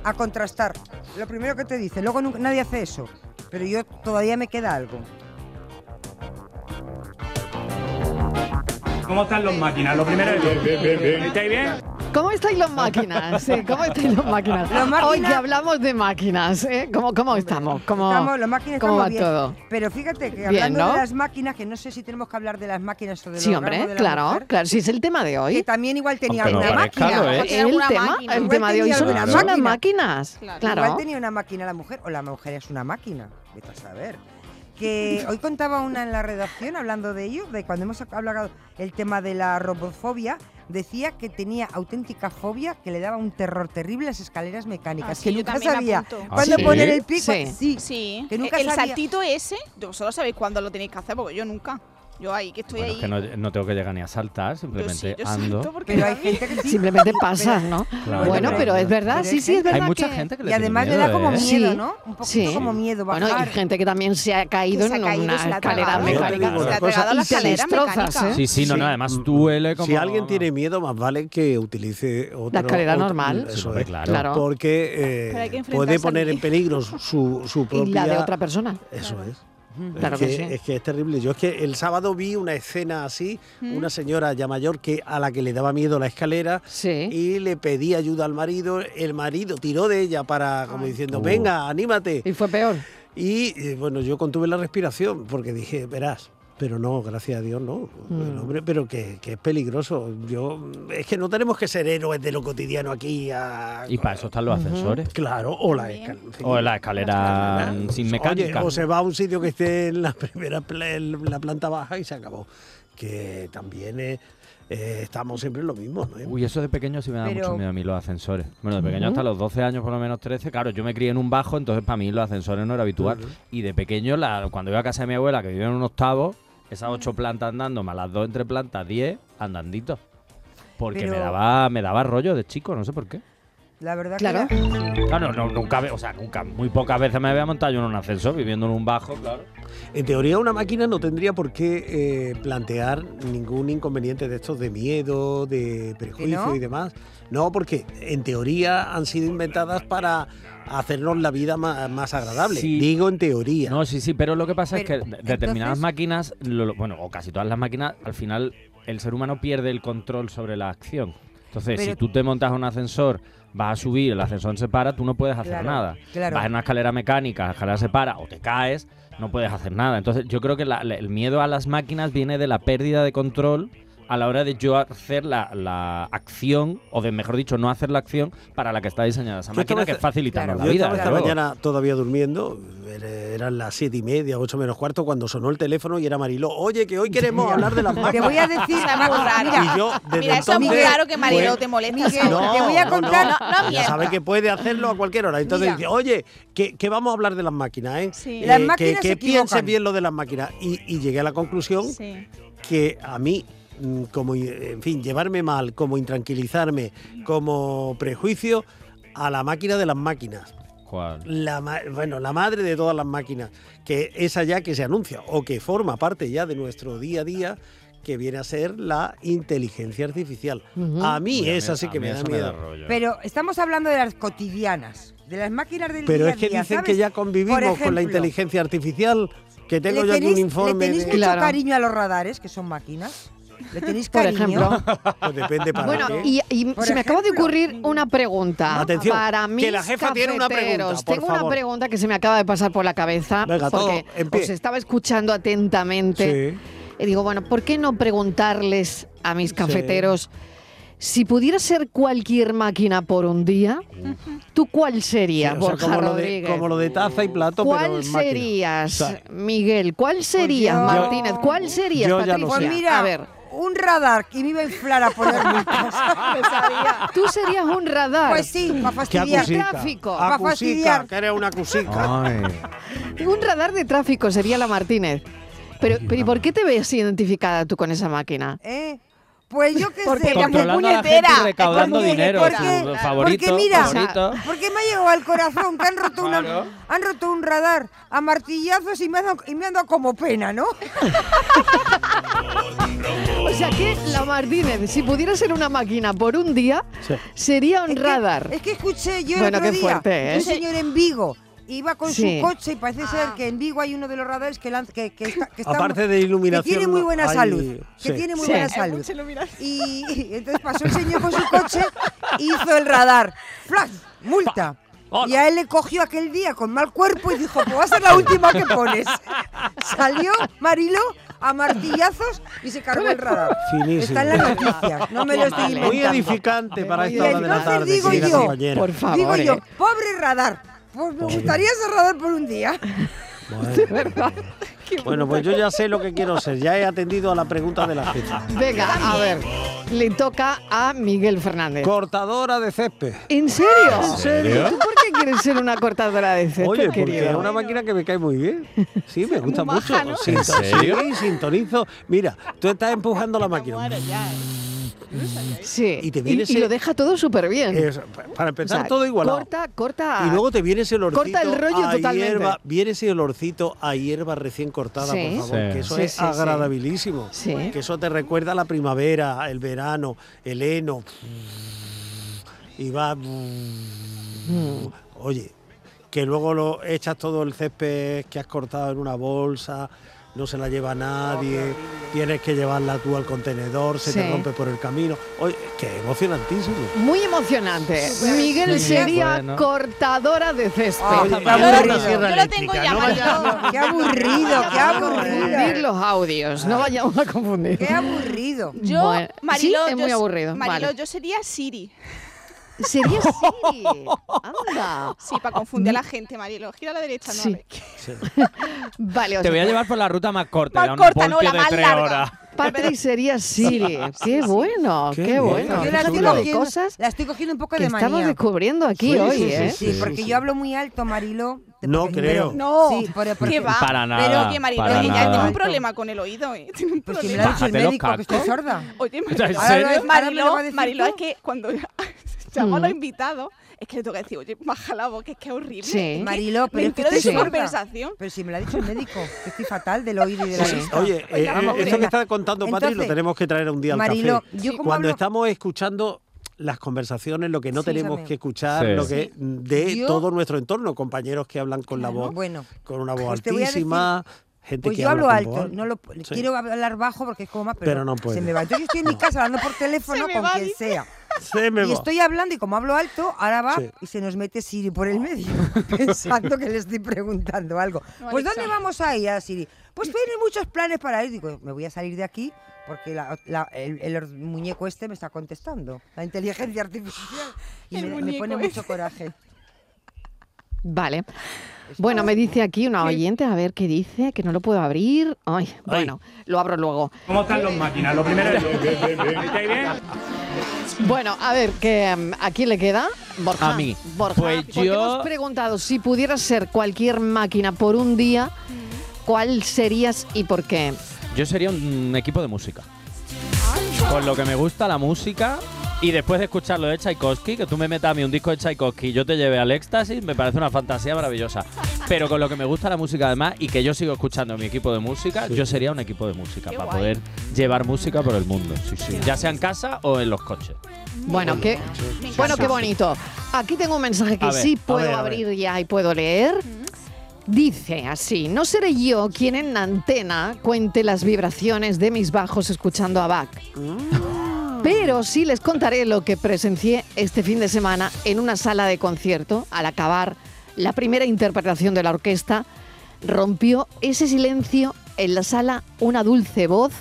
a contrastar. Lo primero que te dicen. Luego nunca- nadie hace eso. Pero yo todavía me queda algo. ¿Cómo están los máquinas? Lo primero es... ¿Estáis bien? ¿Cómo estáis las máquinas? Sí, ¿Cómo estáis las máquinas? Las máquinas- Hoy que hablamos de máquinas, ¿eh? ¿Cómo, cómo estamos? ¿Cómo, Estamos- las máquinas cómo estamos va bien. todo? Pero fíjate que Bien, hablando ¿no? de las máquinas, que no sé si tenemos que hablar de las máquinas o de los Sí, órganos hombre, de la claro, mujer, claro, sí es el tema de hoy. que también igual tenía Aunque no una parezca, máquina. lo es. Tenía El alguna tema- máquina. el Igual tema de hoy tenía son- alguna son las máquina. máquinas, claro. Igual tenía una máquina la mujer, o la mujer es una máquina, vete a saber. Que hoy contaba una en la redacción hablando de ello, de cuando hemos hablado el tema de la robofobia, decía que tenía auténtica fobia, que le daba un terror terrible a las escaleras mecánicas, Ah, sí, que yo nunca también la sabía apunto. ¿Ah, cuándo sí? poner el pico. Sí. Sí, Sí. Que nunca el sabía- saltito ese, vosotros sabéis cuándo lo tenéis que hacer, porque yo nunca. Yo ahí que estoy Bueno, es ahí. que no, no tengo que llegar ni a saltar, Pues simplemente yo ando. salto porque Pero hay gente que sí. Simplemente pasa, ¿no? Claro. Bueno, pero es verdad, Pero sí, hay sí, es gente- verdad. Hay mucha gente que le Y además tiene le da miedo, como ¿eh? miedo, ¿no? Un poquito Sí. como miedo bajar. Bueno, y gente que también se ha caído Que se ha en caído, se la una ha escalera tragado. mecánica. Yo te digo una Se ha cosa. tragado la Y te escalera destrozas, mecánica. ¿eh? Sí, sí, no, no, además duele como- Si alguien tiene miedo, más vale que utilice otro- La escalera otro- normal. Eso Sí, hombre, es. claro. Claro. Porque eh, Pero hay que enfrentarse puede al poner en miedo. peligro su- su, su propia. Y la de otra persona. Eso es. Es Claro que sí. Es que es terrible. Yo es que el sábado vi una escena así, Mm. una señora ya mayor que a la que le daba miedo la escalera y le pedí ayuda al marido. El marido tiró de ella para, como diciendo, Uh. venga, anímate. Y fue peor. Y eh, bueno, yo contuve la respiración porque dije, verás. Pero no, gracias a Dios, no. Mm. El hombre, pero que, que es peligroso. Yo es que no tenemos que ser héroes de lo cotidiano aquí. A, Y para eso están los ascensores. Claro, o la escalera. O la escalera mm, sin mecánica. Oye, o se va a un sitio que esté en la primera pla- en la planta baja y se acabó. Que también eh, eh, estamos siempre en lo mismo, ¿no? Uy, eso de pequeño sí me da Pero- mucho miedo a mí los ascensores. Bueno, de pequeño Ujú. hasta los 12 años, por lo menos 13. Claro, yo me crié en un bajo, entonces para mí los ascensores no era habitual. Y de pequeño, la- cuando iba a casa de mi abuela, que vivía en un octavo, esas ocho plantas andando, más las dos entre plantas, 10 andandito. Porque me Pero- daba me daba rollo de chico, no sé por qué. La verdad Claro. que era- Claro, no, nunca, ve- o sea, nunca, muy pocas veces me había montado yo en un ascensor viviendo en un bajo, claro. En teoría, una máquina no tendría por qué eh, plantear ningún inconveniente de estos de miedo, de prejuicio no? y demás. No, porque en teoría han sido inventadas para hacernos la vida ma- más, agradable. Sí. Digo en teoría. No, sí, sí, pero lo que pasa es que de- determinadas entonces- máquinas, lo- lo- bueno, o casi todas las máquinas, al final el ser humano pierde el control sobre la acción. Entonces, si Pero- tú te montas un ascensor, vas a subir, el ascensor se para, tú no puedes hacer Claro, nada. claro. Vas en una escalera mecánica, la escalera se para o te caes, no puedes hacer nada. Entonces, yo creo que la- la- el miedo a las máquinas viene de la pérdida de control a la hora de yo hacer la, la acción, o de mejor dicho, no hacer la acción para la que está diseñada esa Yo estaba máquina, que es esta- facilitarnos Yo la vida. estaba esta desde luego. mañana todavía durmiendo, era- eran las siete y media, ocho menos cuarto, cuando sonó el teléfono y era Mariló. Oye, que hoy queremos hablar de las máquinas. Te voy a decir Está muy raro. Y yo, desde Mira, eso es muy entonces, raro que Mariló pues, te moleste. Miguel, ahora. te voy a contar. No, no, no ya mientas. sabe que puede hacerlo a cualquier hora. Entonces Mira. dice, oye, que, que vamos a hablar de las máquinas, ¿eh? Eh, Las que- máquinas que se pienses equivocan. bien lo de las máquinas. Y, y llegué a la conclusión Sí. que a mí, mm, como, eh, en fin, llevarme mal, como intranquilizarme, como prejuicio, a la máquina de las máquinas. ¿Cuál? La ma- bueno, la madre de todas las máquinas, que es allá que se anuncia o que forma parte ya de nuestro día a día, que viene a ser la inteligencia artificial. A mí Uy, a mí- es así a que mí me da eso me miedo. da rollo. Pero estamos hablando de las cotidianas. de las máquinas del Pero día es que a día, dicen ¿sabes? que ya convivimos Por con la ejemplo, inteligencia artificial, que tengo le yo aquí tenéis- un informe. Le tenéis de- mucho cariño a los radares, que son máquinas. Le tenéis Por cariño. ejemplo. Pues depende para Bueno, qué. y, y se Por me acaba de ocurrir una pregunta Atención, para que mí. la jefa tiene una pregunta, por Tengo favor. una pregunta que se me acaba de pasar por la cabeza Venga, todo porque en pie. os estaba escuchando atentamente. Sí. Y digo, bueno, ¿por qué no preguntarles a mis cafeteros si pudiera ser cualquier máquina por un día? ¿Tú cuál Sí, o serías, sea, Borja como, lo de, Rodríguez? como lo de taza y plato, pero ¿Cuál en máquina. serías, O sea, Miguel? ¿Cuál serías, yo- Martínez? ¿Cuál serías, yo ya Patricia? lo Pues sé. mira, a ver. un radar que me iba a inflar a poner multas. Tú serías un radar. Pues sí, para ¿Qué fastidiar. acusica? Tráfico. Para Acusica, fastidiar. que eres una acusica. Un radar de tráfico sería la Martínez. Pero, pero ¿y por qué te ves identificada tú con esa máquina? ¿Eh? Pues yo qué Porque sé. ella es muy Controlando a la puñetera. gente y recaudando Porque- dinero, Porque, su porque favorito, mira, favorito. porque me ha llegado al corazón que han roto, una- Claro. han roto un radar a martillazos y me, han dado, y me han dado como pena, ¿no? O sea que la Martínez, si pudiera ser una máquina por un día, sería un radar. Es que escuché yo Bueno, el otro qué día fuerte, ¿eh? un señor en Vigo. Iba con Sí. su coche y parece ser que en Vigo hay uno de los radares que, lanza- que, que está, que está- Aparte de Que tiene iluminación, muy buena hay- salud. Que sí. tiene muy Sí. buena Hay salud. Y, y entonces pasó el señor con su coche, hizo el radar. ¡Flash! ¡Multa! Y a él le cogió aquel día con mal cuerpo y dijo, pues va a ser la última que pones. Salió Marilo a martillazos y se cargó el radar. Finísimo. Está en las noticias, no me lo estoy inventando. Muy edificante para Y esta hora de la entonces tarde. digo querida yo, compañera. por favor, Digo yo, ¿eh? pobre radar. Pues me gustaría ese radar por un día. De verdad. Bueno, pues yo ya sé lo que quiero ser. Ya he atendido a la pregunta de la fecha. Venga, a ver. Le toca a Miguel Fernández. Cortadora de césped. ¿En serio? ¿En serio? ¿Tú por qué quieres ser una cortadora de césped, Oye, porque querido? es una máquina que me cae muy bien. Sí, me gusta Muy mucho. maja, ¿no? Sinto- ¿En serio? Sí, sintonizo. Mira, tú estás empujando la máquina. Sí. Y te Y- vienes y el- lo deja todo súper bien. Es- para empezar, O sea, todo igualado. Corta, corta. Y luego te viene ese olorcito Corta el rollo a totalmente. hierba, viene ese olorcito a hierba recién cortada, Sí. por favor, Sí. que eso Sí, es sí, sí. agradabilísimo, Sí. que eso te recuerda a la primavera, el verano, el heno, y va, Mm. oye, que luego lo echas todo el césped que has cortado en una bolsa, no se la lleva nadie, tienes que llevarla tú al contenedor, se Sí. te rompe por el camino, oye, que emocionantísimo. Muy emocionante. Miguel Sí, sería bueno. cortadora de césped. Ah, Oye, qué aburrido. Yo lo tengo ya mayor. Qué aburrido, qué Confundir aburrido. los audios, no vayamos a confundir. Qué aburrido. Yo, Bueno, Mariló, sí, es yo muy s- aburrido. Mariló, vale. yo sería Siri. Sería Siri. Anda. Sí, para confundir a la gente, Mariló. Gira a la derecha, no. Sí. Vale, Te o sea, pues, voy a llevar por la ruta más corta, Más era un corta, no, voltio la de más tres larga. horas. Patrick sería Siri. Qué bueno, qué, bien. bueno. Yo Qué la estoy, chulo. cogiendo, la estoy cogiendo un poco que de manía. estamos descubriendo aquí Sí, hoy, sí, ¿eh? Sí, porque yo hablo muy alto, Marilo. Te No pones creo. mero. No, Sí, pero- porque- que va. Para nada, Pero que Mariló, para que ya nada. tiene un problema con el oído, ¿eh? Tiene un Pues problema. que me lo ha dicho el Bájate los médico, que estoy cascos. sorda. Oye, ¿En Mariló, serio? Ahora lo- ahora me lo vas a Mariló, decir Mariló, tú. es que cuando llamo a los Mm. invitados, es que le tengo que decir, oye, baja la voz, que es que es horrible. Sí. Es que Mariló, me pero es que entero de estoy su sorda. conversación. Pero si me lo ha dicho el médico, que estoy fatal del oído y de la Sí, vista. Oye, eh, Venga, vamos, eh, esto venga. que está contando Patri Entonces, lo tenemos que traer un día al Mariló, café. yo como Cuando hablo- estamos escuchando las conversaciones, lo que no Sí, tenemos Isabel. que escuchar, Sí. lo que de Yo- todo nuestro entorno, compañeros que hablan con la voz, Bueno, con una voz pues te voy a decir- altísima, gente Pues que yo hablo habla con alto, voz- no lo, Sí. quiero hablar bajo porque es como más, pero, Pero no puede. se me va. Entonces yo estoy en mi casa hablando por teléfono Se me con va, quien dice. sea. Se me Y va. estoy hablando y como hablo alto, ahora va Sí. Oh. y se nos mete Siri por el medio, pensando que le estoy preguntando algo. No, pues Alexa. ¿dónde vamos a ir a Siri? Pues tiene muchos planes para ir. Digo, me voy a salir de aquí porque la- la- el, el or- muñeco este me está contestando. La inteligencia artificial. Y El me, me muñeco pone este. mucho coraje. Vale. Bueno, me dice aquí una oyente, a ver qué dice, que no lo puedo abrir. Ay, bueno, lo abro luego. ¿Cómo están los máquinas? Lo primero es... ¿Estáis bien? Bueno, a ver, que mm, ¿a quién le queda? Borja. A mí. Borja, Pues porque yo- hemos preguntado si pudieras ser cualquier máquina por un día, ¿cuál serías y por qué? Yo sería un equipo de música. Con lo que me gusta la música, Y después de escucharlo de Tchaikovsky, que tú me metas a mí un disco de Tchaikovsky y yo te lleve al éxtasis, me parece una fantasía maravillosa. Pero con lo que me gusta la música además y que yo sigo escuchando en mi equipo de música, yo sería un equipo de música para poder llevar música por el mundo. Ya sea en casa o en los coches. Bueno, qué, bueno, qué bonito. Aquí tengo un mensaje que A ver, sí a puedo ver, a ver. abrir ya y puedo leer. Dice así, no seré yo quien en antena cuente las vibraciones de mis bajos escuchando a Bach. Pero sí les contaré lo que presencié este fin de semana en una sala de concierto al acabar la primera interpretación de la orquesta. Rompió ese silencio en la sala una dulce voz,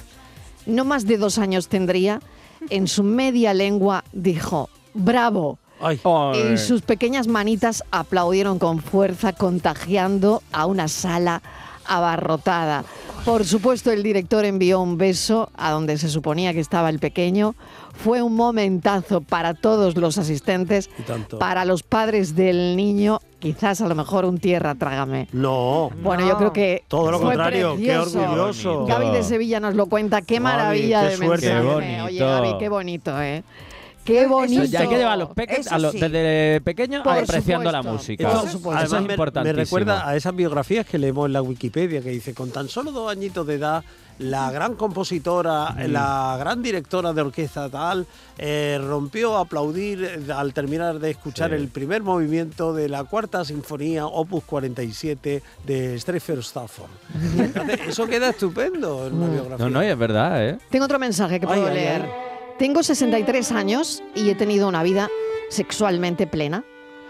no más de dos años tendría, en su media lengua dijo, bravo. Y sus pequeñas manitas aplaudieron con fuerza, contagiando a una sala abarrotada. Por supuesto, el director envió un beso a donde se suponía que estaba el pequeño. Fue un momentazo para todos los asistentes, tanto. para los padres del niño, quizás a lo mejor un tierra trágame. No. Bueno, yo creo que Todo lo fue contrario, qué precioso. orgulloso. Gaby de Sevilla nos lo cuenta, qué Gaby, maravilla qué de suerte. mensaje. Qué Oye, bonito. Gaby, qué bonito, ¿eh? Qué bonito. Eso ya hay que llevar a los peques Eso a los- sí. desde pequeños Por apreciando la supuesto. música. Eso- Eso además, es me- importantísimo. Me recuerda a esas biografías que leemos en la Wikipedia que dice, con tan solo dos añitos de edad, la gran compositora, Mm. la gran directora de orquesta tal, eh, rompió a aplaudir eh, al terminar de escuchar Sí. el primer movimiento de la cuarta sinfonía, opus 47, de Streifer Stafford. Fíjate, Eso queda estupendo Mm. en una biografía. No, no, y es verdad, ¿eh? Tengo otro mensaje que Ay, puedo ay, leer. Tengo 63 años y he tenido una vida sexualmente plena,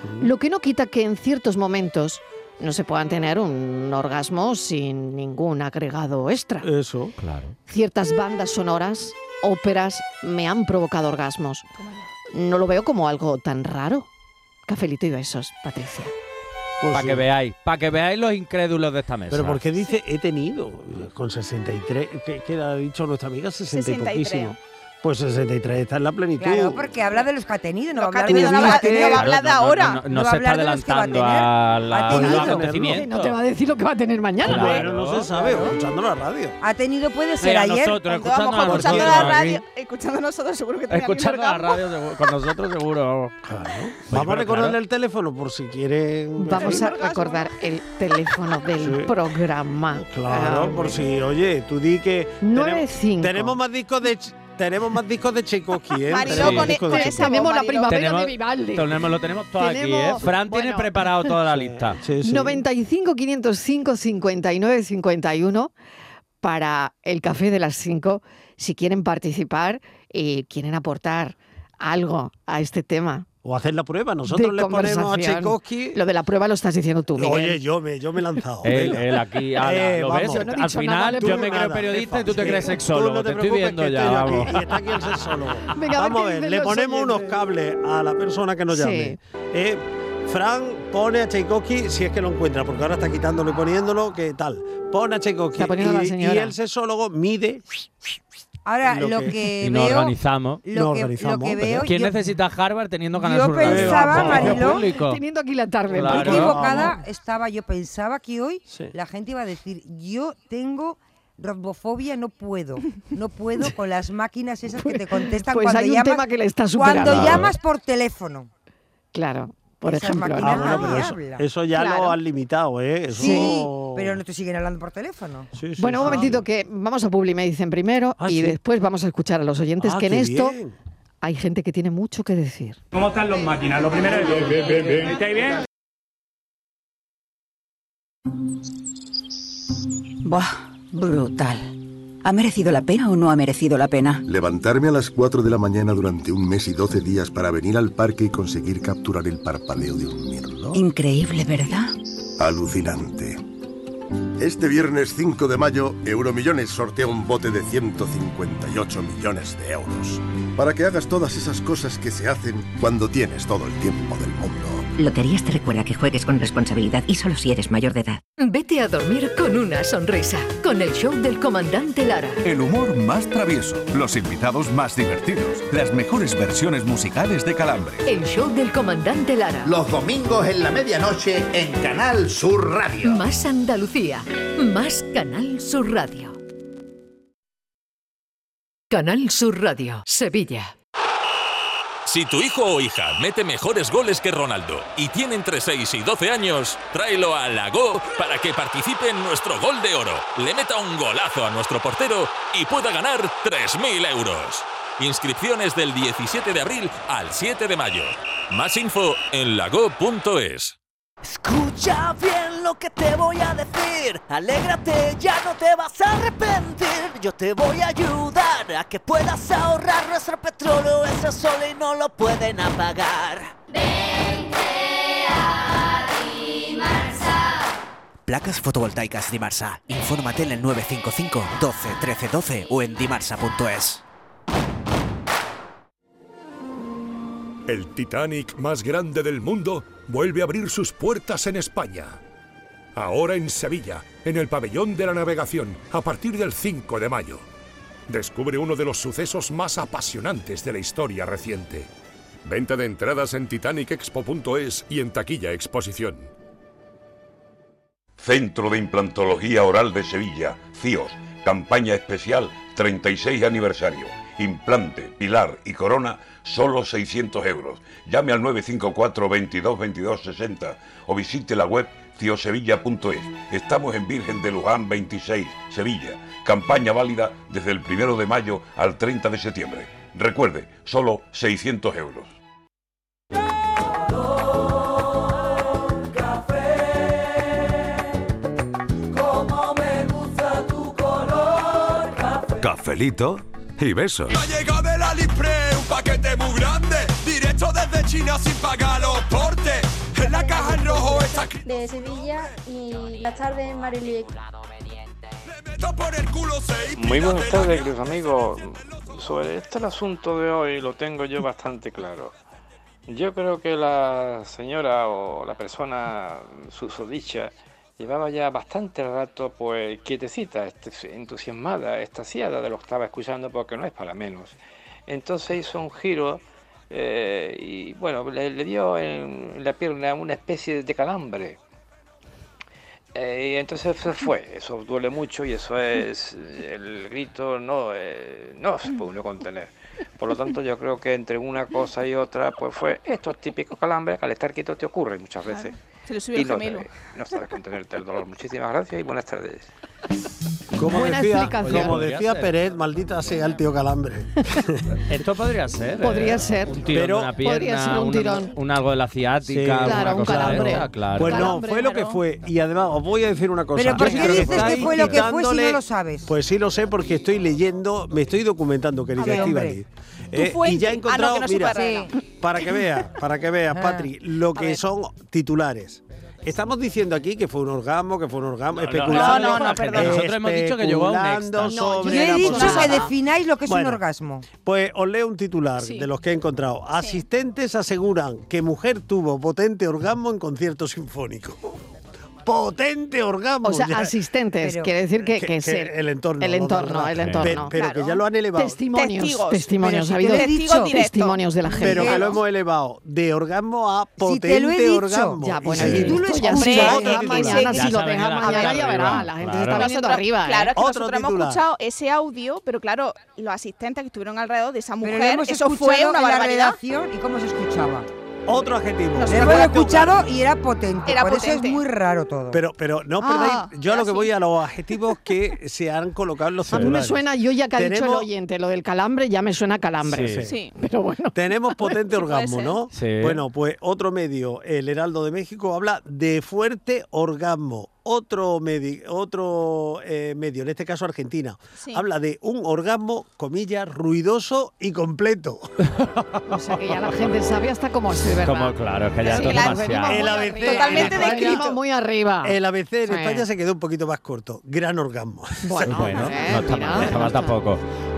Mm. lo que no quita que en ciertos momentos no se puedan tener un orgasmo sin ningún agregado extra. Eso. Claro. Ciertas bandas sonoras, óperas, me han provocado orgasmos. No lo veo como algo tan raro. Cafelito y besos, Patricia. para que veáis, para que veáis los incrédulos de esta mesa. Pues Pero ¿por qué dice he tenido? Con 63, ¿qué, qué ha dicho nuestra amiga? 60 y 63. poquísimo. Pues 63 está en la plenitud. Claro, porque habla de los que ha tenido, no va a hablar que de ha los que tenido, ha tenido, va a claro, hablar de no, no, ahora. No, no va se a está hablar de los que va a adelantando tener. a la- Ha a los tenido. acontecimientos. No te va a decir lo que va a tener mañana. Claro. ¿eh? Pero no se sabe, escuchando la radio. Ha tenido, puede ser Mira, ayer. nosotros, cuando escuchando vamos con- nosotros. Escuchando Claro, la radio, aquí. escuchando nosotros seguro que tenía Escuchando mil la orgasmos. radio seguro- con nosotros seguro. Vamos a pero recordarle claro. el teléfono por si quieren. Vamos Sí. a recordar el teléfono del programa. Ah, Claro, por si, oye, tú di que. Nueve, tenem- cinco. Tenemos más discos de. Ch- Tenemos más discos de Tchaikovsky, ¿eh? Mariló, Tenemos con- discos con de esa Tchaikovsky. Tenemos voz, la Mariló. primavera tenemos, de Vivaldi. Tenemos, lo tenemos todo aquí, ¿eh? Tenemos- Fran tiene preparado toda la lista. Sí, 95 505 59 51 para el café de las 5 si quieren participar y quieren aportar algo a este tema. O hacer la prueba, nosotros de le ponemos a conversación. Tchaikovsky. Lo de la prueba lo estás diciendo tú, Miguel. Oye, yo me, yo me he lanzado. Él, venga. él aquí, ala, Eh, ¿lo vamos. ves? Yo no Al he dicho final nada, tú yo me nada, creo qué periodista y tú te fácil. crees Tú no sexólogo. te te, estoy preocupes, viendo que ya, estoy yo aquí. vamos. Y está aquí el sexólogo. Venga, a ver vamos qué a ver, dicen le los ponemos unos oyentes. cables a la persona que nos Sí. llame. Eh, Fran pone a Tchaikovsky si es que lo encuentra, porque ahora está quitándolo y poniéndolo, ¿qué tal? Pone a Tchaikovsky Está poniendo y, la señora. y el sexólogo mide. Ahora, lo lo que- que Y nos veo... organizamos. Lo que- lo que veo... ¿Quién yo- necesita Harvard teniendo Canal yo Sur Radio? pensaba, Vamos, Mariló, público. Teniendo aquí la tarde. Claro. Paco. Qué equivocada estaba yo. Pensaba que hoy Sí. la gente iba a decir, yo tengo rombofobia, no puedo. No puedo con las máquinas esas que te contestan pues cuando hay un llamas. tema que le está superando. cuando Claro. llamas por teléfono. Claro, por Esas ejemplo. máquinas ¿no? no Ah, pero eso, habla. eso ya Claro. lo han limitado, ¿eh? Eso- Sí, pero no te siguen hablando por teléfono. Sí, sí, Bueno, sí. un momentito que vamos a Publi dicen primero Ah, y sí. después vamos a escuchar a los oyentes Ah, que en qué esto bien. hay gente que tiene mucho que decir. ¿Cómo están los máquinas? Lo primero es. Bien, bien, bien, bien. ¿Estáis bien? Buah, brutal. ¿Ha merecido la pena o no ha merecido la pena? Levantarme a las 4 de la mañana durante un mes y 12 días para venir al parque y conseguir capturar el parpadeo de un mirlo. Increíble, ¿verdad? Alucinante. Este viernes 5 de mayo, Euromillones sortea un bote de 158 millones de euros. Para que hagas todas esas cosas que se hacen cuando tienes todo el tiempo del mundo. Loterías te recuerda que juegues con responsabilidad y solo si eres mayor de edad. Vete a dormir con una sonrisa, con el show del comandante Lara. El humor más travieso, los invitados más divertidos, las mejores versiones musicales de Calambre. El show del comandante Lara. Los domingos en la medianoche en Canal Sur Radio. Más Andalucía, más Canal Sur Radio. Canal Sur Radio, Sevilla. Si tu hijo o hija mete mejores goles que Ronaldo y tiene entre 6 y 12 años, tráelo a la Go para que participe en nuestro gol de oro, le meta un golazo a nuestro portero y pueda ganar 3.000 euros. Inscripciones del 17 de abril al 7 de mayo. Más info en lago.es. Escucha bien lo que te voy a decir. Alégrate, ya no te vas a arrepentir. Yo te voy a ayudar a que puedas ahorrar nuestro petróleo. Ese sol y no lo pueden apagar. Placas fotovoltaicas Dimarsa. Infórmate en el 955 12 13 12 o en dimarsa.es. El Titanic más grande del mundo vuelve a abrir sus puertas en España. Ahora en Sevilla, en el pabellón de la navegación, a partir del 5 de mayo. Descubre uno de los sucesos más apasionantes de la historia reciente. Venta de entradas en titanicexpo.es y en taquilla exposición. Centro de Implantología Oral de Sevilla, CIOS, campaña especial 36 aniversario. Implante, pilar y corona, solo 600 euros. Llame al 954 22 22 60 o visite la web ciosevilla.es. Estamos en Virgen de Luján 26, Sevilla. Campaña válida desde el 1 de mayo al 30 de septiembre. Recuerde, solo 600 euros. Como me gusta tu color café. Cafelito y besos. Ha llegado del Aliexpress un paquete muy grande, directo desde China sin pagar los portes. En la caja en rojo está escrito de Sevilla y la tarde en Mariliec. por el culo seis Muy buenas tardes, queridos amigos. Sobre este el asunto de hoy lo tengo yo bastante claro. Yo creo que la señora o la persona susodicha llevaba ya bastante rato pues quietecita, est- entusiasmada, extasiada de lo que estaba escuchando porque no es para menos. Entonces hizo un giro eh, y bueno, le, le dio en la pierna una especie de calambre. Eh, y entonces se fue, eso duele mucho y eso es el grito no, eh, no se puede uno contener. Por lo tanto, yo creo que entre una cosa y otra, pues fue estos típicos calambres que al estar quieto te ocurren muchas veces. Se le subió y el no, gemelo. sabes- no sabes contenerte el dolor. Muchísimas gracias y buenas tardes. Como Buena decía, explicación. como decía Peret, maldita sea el tío Calambre. Esto podría ser. Podría eh, ser. Un tirón Pero- de una pierna, Podría ser un una- tirón. un algo de la Sí. ciática, alguna cosa de esta, claro. Pues no, fue lo que fue. Y además, os voy a decir una cosa. Pero ¿por Yo qué creo dices que estáis fue lo que fue si no quitándole- lo sabes? Pues sí lo sé porque estoy leyendo, me estoy documentando, A querida ver, hombre. Estivali. Eh, Tu y fuente. ya Ah, he no, encontrado, que no mira, supera nada. para que veas, para que veas, Ah. Patri, lo que son titulares. Estamos diciendo aquí que fue un orgasmo, que fue un orgasmo, no, especulando. no, no, no, perdón. Nosotros hemos dicho que llegó a un especulando éxtasis. No, yo sobre Yo he la dicho posibilidad. que defináis lo que es Bueno, un orgasmo. Pues os leo un titular Sí. de los que he encontrado. Asistentes aseguran que mujer tuvo potente orgasmo en concierto sinfónico. potente orgasmo. O sea, ya. asistentes, Pero- quiere decir que, que que es el, el entorno, El lo entorno, dará. el Pe- entorno. pero que ya lo han elevado. Testimonios, Testigos. Pero testimonios. si ha habido te lo he dicho directo. testimonios de la gente. Pero que lo hemos elevado de orgasmo a Si potente te lo he dicho. orgasmo. Ya, Y bueno, si y tú lo esto ya escuchas, será hombre, otro Pues ya titular. mañana si lo saben dejas que la mañana gente ya arriba. verá, la gente se está Claro. Oh, viniendo Nosotros- arriba, ¿eh? Claro, es que Otro nosotros hemos titular. escuchado ese audio, pero claro, los asistentes que estuvieron alrededor de esa Pero mujer, lo hemos eso escuchado fue una en la barbaridad. redacción y cómo se escuchaba. Otro adjetivo. Lo hemos escuchado y era potente. Era por eso potente. es muy raro todo. Pero, pero no Ah, perdáis. Yo a lo que voy a los adjetivos que se han colocado en los A mí me celulares. suena, yo ya que ha dicho el Tenemos- oyente, lo del calambre ya me suena calambre. Sí. Sí. Tenemos potente orgasmo, ¿no? Sí. Bueno, pues otro medio, el Heraldo de México, habla de fuerte orgasmo. Otro, medi- otro eh, medio, en este caso Argentina, Sí. habla de un orgasmo, comillas, ruidoso y completo. O sea, que ya la gente sabe hasta cómo es, de ¿verdad? Como, claro, es que ya Sí, esto es claro, demasiado. venimos muy ABC arriba. Totalmente descrito. Muy arriba. El ABC en Sí. España se quedó un poquito más corto. Gran orgasmo. Bueno, Bueno, eh, no está mal, no está mal tampoco.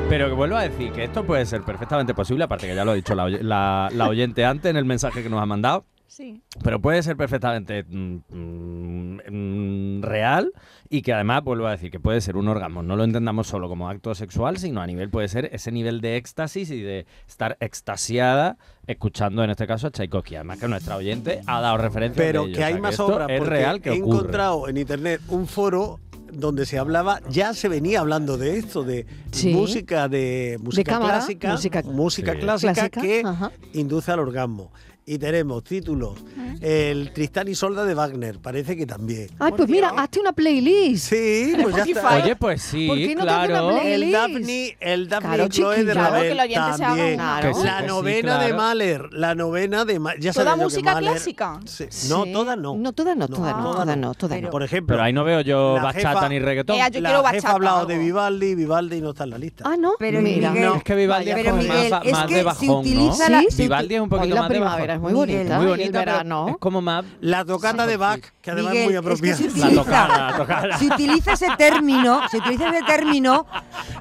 Pero que vuelvo a decir que esto puede ser perfectamente posible, aparte que ya lo ha dicho la, oy- la- la oyente antes en el mensaje que nos ha mandado. Sí. Pero puede ser perfectamente mm, mm, mm, real y que además, vuelvo a decir, que puede ser un orgasmo. No lo entendamos solo como acto sexual, sino a nivel, puede ser ese nivel de éxtasis y de estar extasiada escuchando, en este caso, a Tchaikovsky. Además que nuestra oyente ha dado referencia Pero que hay más obras, Es porque real que he ocurre. encontrado en internet un foro donde se hablaba, ya se venía hablando de esto, de Sí. música de música cámara, clásica, música- música Sí. clásica, Clásica, que ajá. induce al orgasmo. Y tenemos títulos. El Tristán y Solda de Wagner, parece que también. Ay, pues mira, hazte una playlist. Sí, pues ya está. Oye, pues sí, ¿Por qué no te hace una claro. El playlist? Daphne, el Daphne Claro, y Chloe chiquilla. de Claro, Ravel que el oyente se haga también. una, ¿no? Que sí, La que sí, novena de claro. Mahler, la novena de Ma- ya ¿Toda sabía yo que música Mahler- clásica? Sí. No, Sí. todas no. No, todas no, todas no, todas no, todas no. Por ejemplo, Pero ahí no veo yo la bachata jefa- ni reggaetón. Mira, yo la quiero jefa bachata, ha hablado algo. de Vivaldi, Vivaldi no está en la lista. Ah, no. Pero mira. Miguel, No, es que Vivaldi vaya, es pero como Miguel, más, es más que de se bajón, ¿no? utiliza la- se Vivaldi es un poquito Hoy la más de primavera bajón. es muy bonita, Miguel, Muy y el bonita, pero verano. es como más... La tocata de Bach, que además es Miguel, muy es que apropiada. se La tocada, la tocada. Si utiliza ese término, si utiliza ese término,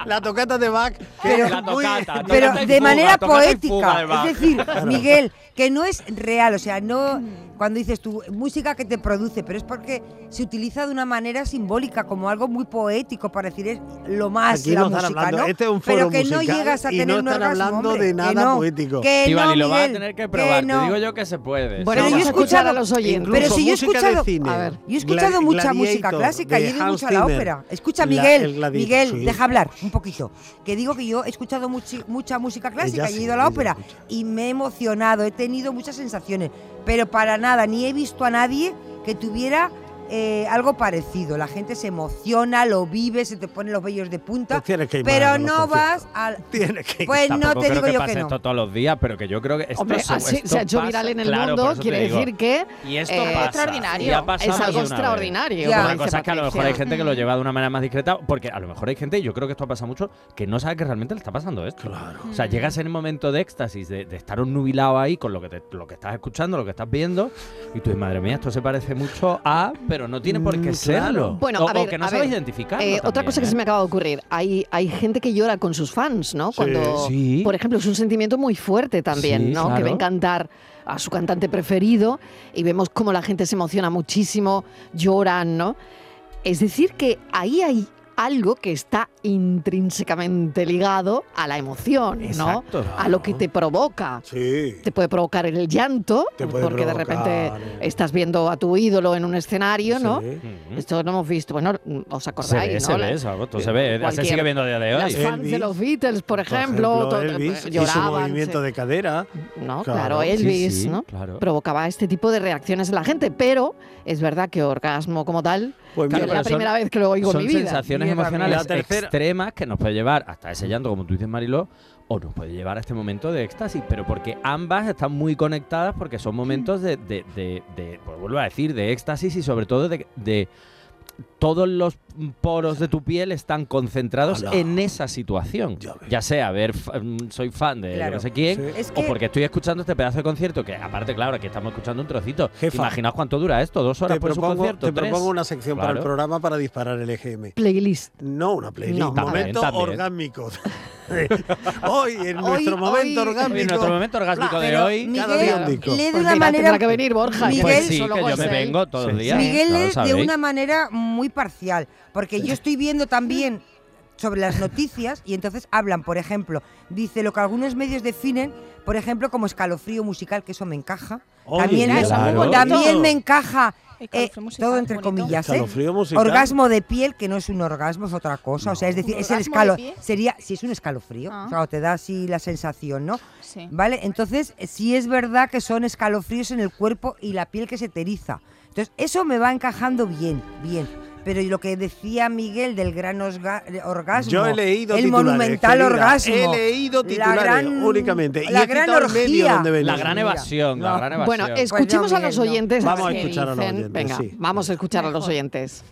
La tocata de Bach, que Pero- es La muy- tocata, ¿no? pero Tocata y de fuga, manera tocata y poética. fuga de Bach. es decir, Claro. Miguel, que no es real, o sea, no cuando dices tú música que te produce, pero es porque se utiliza de una manera simbólica como algo muy poético para decir es lo más Aquí la no están música, hablando. ¿no? Este es un pero foro que no musical llegas a y no tener un están orgasmo, hablando hombre, de nada que no, poético. Que Estivali, no, lo vas a Miguel, tener que que probar. no. Te digo yo que se puede. Bueno, Pero yo he vamos a escuchar escuchado- a los oyentes. Pero si yo he música de escuchado, cine. A ver. yo he escuchado Gladi- mucha música Gladiator, clásica, de yo he ido Hans mucho a la Zimmer. ópera. Escucha, La- Miguel, el Gladiator, Miguel, sí. deja hablar un poquito. Que digo que yo he escuchado muchi- mucha música clásica, sí, y he ido a la ella ópera escucha. y me he emocionado, he tenido muchas sensaciones, pero para nada, ni he visto a nadie que tuviera eh, algo parecido. La gente se emociona, lo vive, se te ponen los vellos de punta, Pues tienes que ir más pero a los no conciertos. vas al... Tienes que ir. Pues no Tampoco te creo digo que yo pase que no. esto todos los días, pero que yo creo que esto, Hombre, se- así esto se ha hecho pasa. viral en el Claro, por mundo, eso te quiere digo. decir que Y esto eh, pasa. extraordinario. Y ha pasado Es más algo de una extraordinario, vez. como Una dice cosa es que a lo mejor hay Patricia. gente que lo lleva de una manera más discreta, porque a lo mejor hay gente, y yo creo que esto pasa mucho, que no sabe que realmente le está pasando esto. O Mm. sea, llegas en el momento de éxtasis, de, de estar nubilado ahí con lo que, te- lo que estás escuchando, lo que estás viendo, y tú dices, madre mía, esto se parece mucho a, pero no tiene por qué Mm, serlo. Bueno, Mm, o, a o ver, que no a sabes ver, identificarlo. eh, otra también, cosa que ¿eh? se me acaba de ocurrir, hay, hay gente que llora con sus fans, ¿no? Cuando, Sí. por ejemplo, es un sentimiento muy fuerte también, Sí, ¿no? Que claro. ven cantar a su cantante preferido y vemos cómo la gente se emociona muchísimo, lloran, ¿no? Es decir, que ahí hay algo que está intrínsecamente ligado a la emoción, ¿no? Exacto. A lo que te provoca. Sí. Te puede provocar el llanto, Te puede porque de provocar, repente eh. estás viendo a tu ídolo en un escenario, ¿no? Sí. Ujú. Esto lo hemos visto, bueno, os Se acordáis, ve, ¿no? se ve, La- se agotó, se ve. Se cualquier- sigue viendo a día de hoy. Las fans de Elvis, los Beatles, por Por ejemplo, to- Elvis y su lloraban, movimiento se- de cadera. No, claro, Claro, sí, Elvis, sí, ¿no? claro. Provocaba este tipo de reacciones en la gente, pero es verdad que orgasmo como tal, Pues que mira, es pero la son- primera vez que lo oigo en Son mi vida. sensaciones Mira, emocionales la tercera- extremas que nos puede llevar hasta ese llanto, como tú dices, Mariló, o nos puede llevar a este momento de éxtasis, pero porque ambas están muy conectadas porque son momentos de, de- de- de- pues vuelvo a decir, de éxtasis y sobre todo de... de- todos los poros de tu piel están concentrados Ala. en esa situación. Ya ves. Ya sea, a ver, fa- mm, soy fan de yo Claro. no sé quién, Sí. Es o que- porque estoy escuchando este pedazo de concierto, que aparte, claro, aquí estamos escuchando un trocito. Jefa. Imaginaos cuánto dura esto, dos horas Te por su propongo, concierto. te tres. propongo una sección para el Claro. programa para disparar el EGM. Playlist. No, una playlist. No. También, momento también. orgánico. hoy, en nuestro Hoy- momento hoy- orgánico. En nuestro momento orgásmico de Pero hoy. cada día un Miguel, disco. lee de Pues una mira, manera tendrá que venir Borja. Miguel- pues sí, solo que yo con me él. vengo todos Sí. los días. Miguel ya lo es de sabéis. una manera muy parcial, porque yo estoy viendo también sobre las noticias y entonces hablan, por ejemplo, dice lo que algunos medios definen, por ejemplo, como escalofrío musical, que eso me encaja. Oye, también, claro. también me encaja. eh, Escalofrío musical, todo entre bonito. comillas, ¿eh? Escalofrío musical. Orgasmo de piel, que no es un orgasmo, es otra cosa. O sea, es decir, ¿Un es el orgasmo de escalo. pie? Sería, si es un escalofrío, Ah. o sea, te da así la sensación, ¿no? Sí. ¿Vale? Entonces, eh, sí es verdad que son escalofríos en el cuerpo y la piel que se teriza. Entonces, eso me va encajando bien, bien. Pero lo que decía Miguel del gran osga- orgasmo. Yo he leído El titulares, monumental querida. orgasmo. He leído la titulares gran- únicamente. Y La he gran quitado el medio orgía. donde venía. La gran Mira. evasión, la No. gran evasión. Bueno, escuchemos Pues no, a los Miguel, no. oyentes. Vamos a que escuchar a los dicen. oyentes, Venga, sí. vamos a escuchar a los Mejor. oyentes.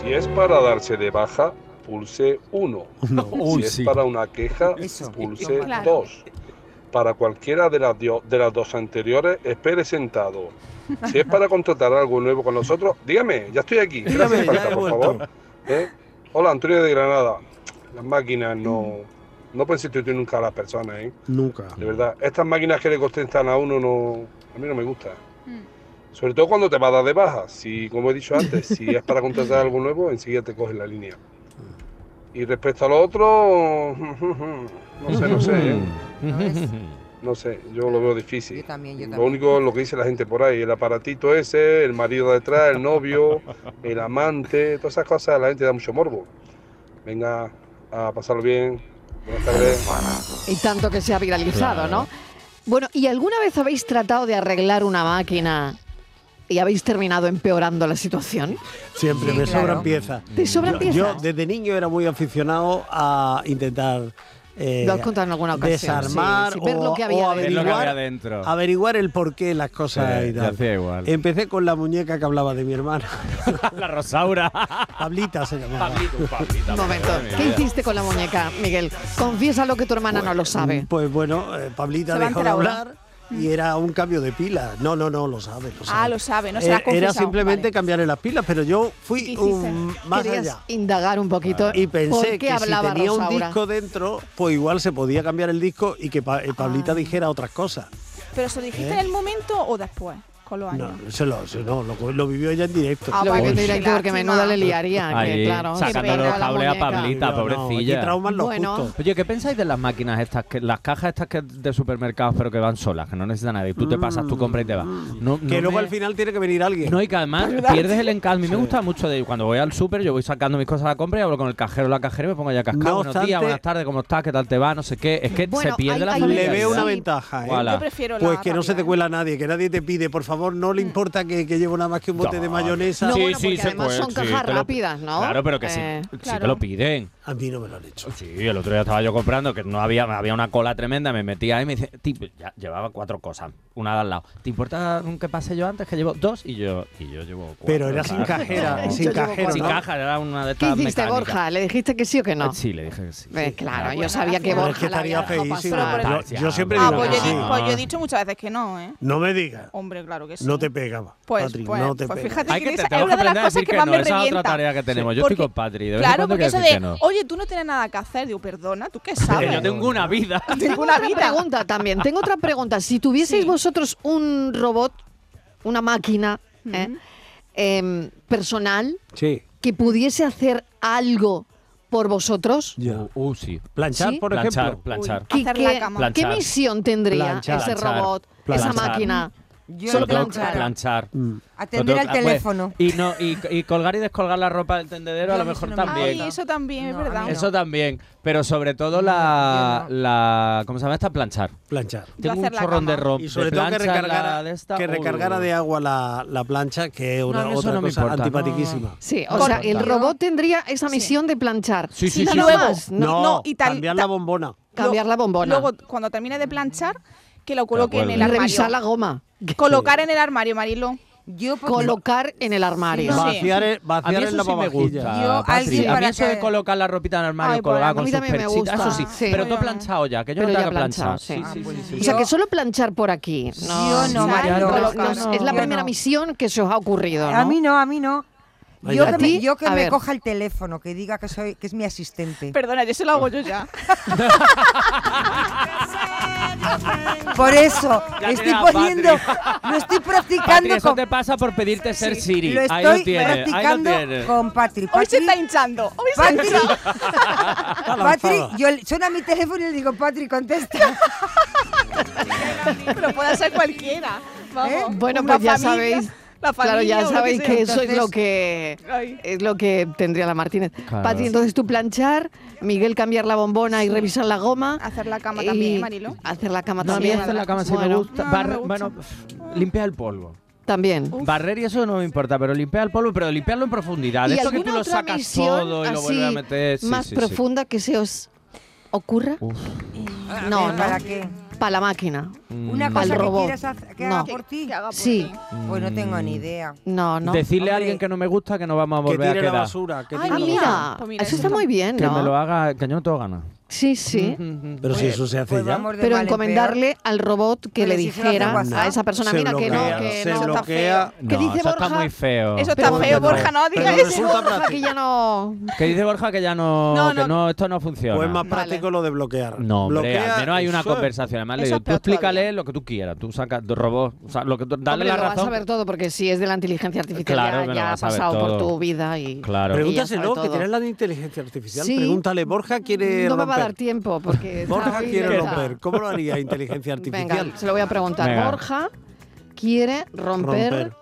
Si es para darse de baja, pulse 1. Uy, si es sí. para una queja, Eso. pulse 2. Claro. Para cualquiera de las, dio- de las dos anteriores, espere sentado. Si es para contratar algo nuevo con nosotros, dígame, ya estoy aquí. Gracias, Dígame, ya Falca, he por vuelto. favor. ¿Eh? Hola, Antonio de Granada. Las máquinas no, no pueden sustituir nunca a las personas, ¿eh? Nunca. De verdad, estas máquinas que le contestan a uno no, a mí no me gusta. Hmm. Sobre todo cuando te vas a dar de baja. Si, como he dicho antes, si es para contratar algo nuevo, enseguida te cogen la línea. Y respecto a lo otro, no sé, no sé. ¿eh? ¿no ves? No sé, yo lo veo difícil. Yo también, yo Lo también. único es lo que dice la gente por ahí, el aparatito ese, el marido detrás, el novio, el amante, todas esas cosas, la gente da mucho morbo. Venga a pasarlo bien. Buenas tardes. Y tanto que se ha viralizado, Claro. ¿no? Bueno, ¿y alguna vez habéis tratado de arreglar una máquina y habéis terminado empeorando la situación? Siempre Sí, me claro. sobran piezas. ¿Te sobran Yo- piezas? Yo desde niño era muy aficionado a intentar. eh, Lo has contado en alguna ocasión, Desarmar sí, sí, ver o, lo que había o dentro. Ver lo averiguar, que había dentro. averiguar el porqué de las cosas Sí, y yo tal. hacía Eh, igual. Empecé con la muñeca que hablaba de mi hermana. la Rosaura. Pablita se llamaba. Un momento. ¿Qué hiciste con la muñeca, Miguel? Confiesa lo que tu hermana no lo sabe. Pues bueno, eh, Pablita Se va a dejó de enterar ahora. hablar y era un cambio de pila. No, no, no, lo sabe. Lo sabe. Ah, lo sabe, no se la Eh, ha Era confesado. simplemente cambiarle las pilas, pero yo fui hiciste? un, más Querías allá. indagar un poquito. Y pensé ¿por qué que si hablaba tenía un Rosaura? disco dentro, pues igual se podía cambiar el disco y que Pa- eh, Ah. Pablita dijera otras cosas. ¿Pero se lo dijiste ¿Eh? en el momento o después? Con los años. No, se lo, se- no, lo, lo vivió ella en directo. Ah, Lo vale, vivió en qué directo, porque lástima. menuda le liaría, que Ahí, claro, sacando Los cables a Pablita, pobrecilla. Bueno. Oye, ¿qué pensáis de las máquinas estas, que, las cajas estas que de supermercados, pero que van solas, que no necesitan nadie? Tú te pasas, tú compras y te vas. No, Mm. Que no luego me- al final tiene que venir alguien. No, y que además pierdes el encanto. A mí me gusta mucho de cuando voy al súper, yo voy sacando mis cosas a la compra y hablo con el cajero o la cajera y me pongo ya cascado. No Buenos días, obstante- buenas tardes, ¿cómo estás? ¿Qué tal te va? No sé qué. Es que Bueno, se pierde hay- la hay- Le familiaridad. veo una ventaja, ¿eh? Voilà. Pues que no se te ¿eh? cuela nadie, que nadie te pide, por favor, no le importa que, que llevo nada más que un bote de mayonesa. Mm. No, bueno, porque además son cajas te lo- rápidas, ¿no? Claro, pero que sí, Eh, sí claro. te lo piden. A mí no me lo han hecho. Sí, el otro día estaba yo comprando que no había había una cola tremenda, me metía ahí y me dice, "Tipo, ya llevaba cuatro cosas, una de al lado. ¿Te importa que pase yo antes que llevo dos y yo y yo llevo cuatro? Pero era sin ¿sabes? cajera, No. sin Yo llevo cajero, cuatro. ¿no? Sin caja, era una de ¿Qué estas hiciste, mecánicas. Borja? ¿Le dijiste que sí o que no? Sí, le dije que sí. Eh, claro, yo Bueno, sabía que Pero Borja Ah, es que la había estaría dejado feísimo. pasar. Yo, yo siempre Ah, digo pues que yo, he sí. di- pues yo he dicho muchas veces que no, ¿eh? No me digas. Hombre, claro que sí. No te pegaba. Pues, Patrick, pues, no te pues pega. fíjate Hay que que te- esa tenemos es una de las Aprender a cosas decir que que más no, me esa es otra revienta. tarea que tenemos. Yo Porque- estoy con Patri. De vez en Claro, cuando porque quiero eso decir de, que no. oye, tú no tienes nada que hacer. Digo, perdona, ¿tú qué sabes? Yo tengo una vida. Tengo otra pregunta también. Tengo otra pregunta. Si tuvieseis vosotros un robot, una máquina ¿eh? Em, personal Sí. que pudiese hacer algo por vosotros, Uh, sí. Planchar, ¿Sí? por Planchar, ejemplo. planchar. ¿qué, Hacer qué- la cama. qué Planchar. misión tendría Planchar. ese Planchar. robot, Planchar. esa máquina? Yo Solo tengo que planchar. planchar. Mm. Atender Lo al tengo- ah, pues, teléfono. y, no, y, y colgar y descolgar la ropa del tendedero a lo mejor también. Ay, eso también, es verdad. Eso también, pero sobre todo la, la ¿cómo se llama esta? Planchar. Planchar. Tengo un hacer la chorrón de cama. ropa. Y sobre todo que recargara, de esta, que uy, recargara uy, de agua la, la plancha, que es una No, a mí eso otra no me cosa importa. antipatiquísima. Sí, o Con- sea, el robot tendría esa misión de planchar. Sí, sí, Nada sí. más, No, No, y tal- cambiar la bombona. cambiar la bombona. Luego, cuando termine de planchar, que lo coloque en el y armario. revisar la goma. Colocar en el armario, Marilo. Yo Colocar en el armario. Vaciar, el- vaciar A mí el eso sí me lavavajillas. gusta, Yo, Patri. alguien A mí para eso de que- colocar la ropita en el armario Ay, pues, colgada a con mí sus también me perchitas, gusta. eso sí, Sí. pero todo planchado ya, que yo Pero no ya tengo que planchado, planchar. sí. Sí, sí, sí, O sea, que solo planchar por aquí. No, Yo no, Marilo, no, no, no, Es la yo primera no. misión que se os ha ocurrido. ¿no? A mí no, a mí no. Ay, Yo ¿a que, ti? me, yo que A me ver. coja el teléfono, que diga que soy que es mi asistente. Perdona, yo se lo hago yo ya. Por eso Ya estoy tienes, poniendo, Patri. lo estoy Patri, practicando eso con, te pasa por pedirte ser Siri. lo ahí lo estoy tienes, practicando ahí lo tienes. con Patri. Hoy se Patri- está hinchando. Hoy se Patri- está hinchando. Patri, yo le- suena mi teléfono y le digo, Patri, contesta. Pero puede ser cualquiera. Vamos. ¿Eh? Bueno, Una pues ya familia, sabéis. La Claro, familia ya o lo sabéis sea. que eso es lo Entonces, que Ay. es lo que tendría la Martínez. Claro. Pati, entonces tú planchar, Miguel cambiar la bombona y revisar la goma. Hacer la cama y también, ¿eh, Marilo. Hacer la cama No, a mí también. hacer la cama sí me Bueno, gusta. Barre- Bueno, pff, limpiar el polvo. También. Barrer y eso no me importa, pero limpiar el polvo, pero limpiarlo en profundidad. ¿Y De esto que tú alguna lo otra sacas misión todo y lo vuelves a así meter. Sí, más sí, sí. profunda que se os ocurra? No, ver, no. ¿para qué? Para la máquina. Mm. Una Al cosa que robot. quieras hacer- que no. haga por ti. Sí. Pues no tengo Mm. ni idea. No, no. Decirle a alguien que no me gusta que no vamos a Que volver a tire la quedar. basura. Que Ay, tire la mira, basura. Pues Pues eso está muy bien, Que me ¿no? lo haga, que yo no tengo ganas. Sí, sí. Pero si eso se hace pues ya. vamos de Pero mal en encomendarle al robot que Pero le si se lo hace dijera WhatsApp. a esa persona, Se mira que no, bloquea, que se no, está bloquea. feo. ¿Qué No, dice eso Borja? está muy feo. Eso está Pero- feo, Borja, no Pero digas eso. resulta Borja, que práctico. ya no... Que dice Borja que ya no, No, que no. no, esto no funciona. Pues es más práctico lo de bloquear. No, hombre, Bloquea al menos hay y una suave. conversación. Además, le Eso digo, es tú peor explícale lo que tú quieras. Tú sacas de robot, o sea, lo que tú- dale Hombre, la lo vas a razón. ver todo, porque si es de la inteligencia artificial Claro, ya, me lo ya ha vas a ver pasado por todo. tu vida y... Claro. y ya Pregúntaselo, sabe que todo. tienes la de inteligencia artificial. Sí. Pregúntale, Borja quiere No me va a romper dar tiempo porque. está Borja hoy quiere está- romper. ¿Cómo lo haría inteligencia artificial? Venga, se lo voy a preguntar. Venga. Borja quiere romper, romper.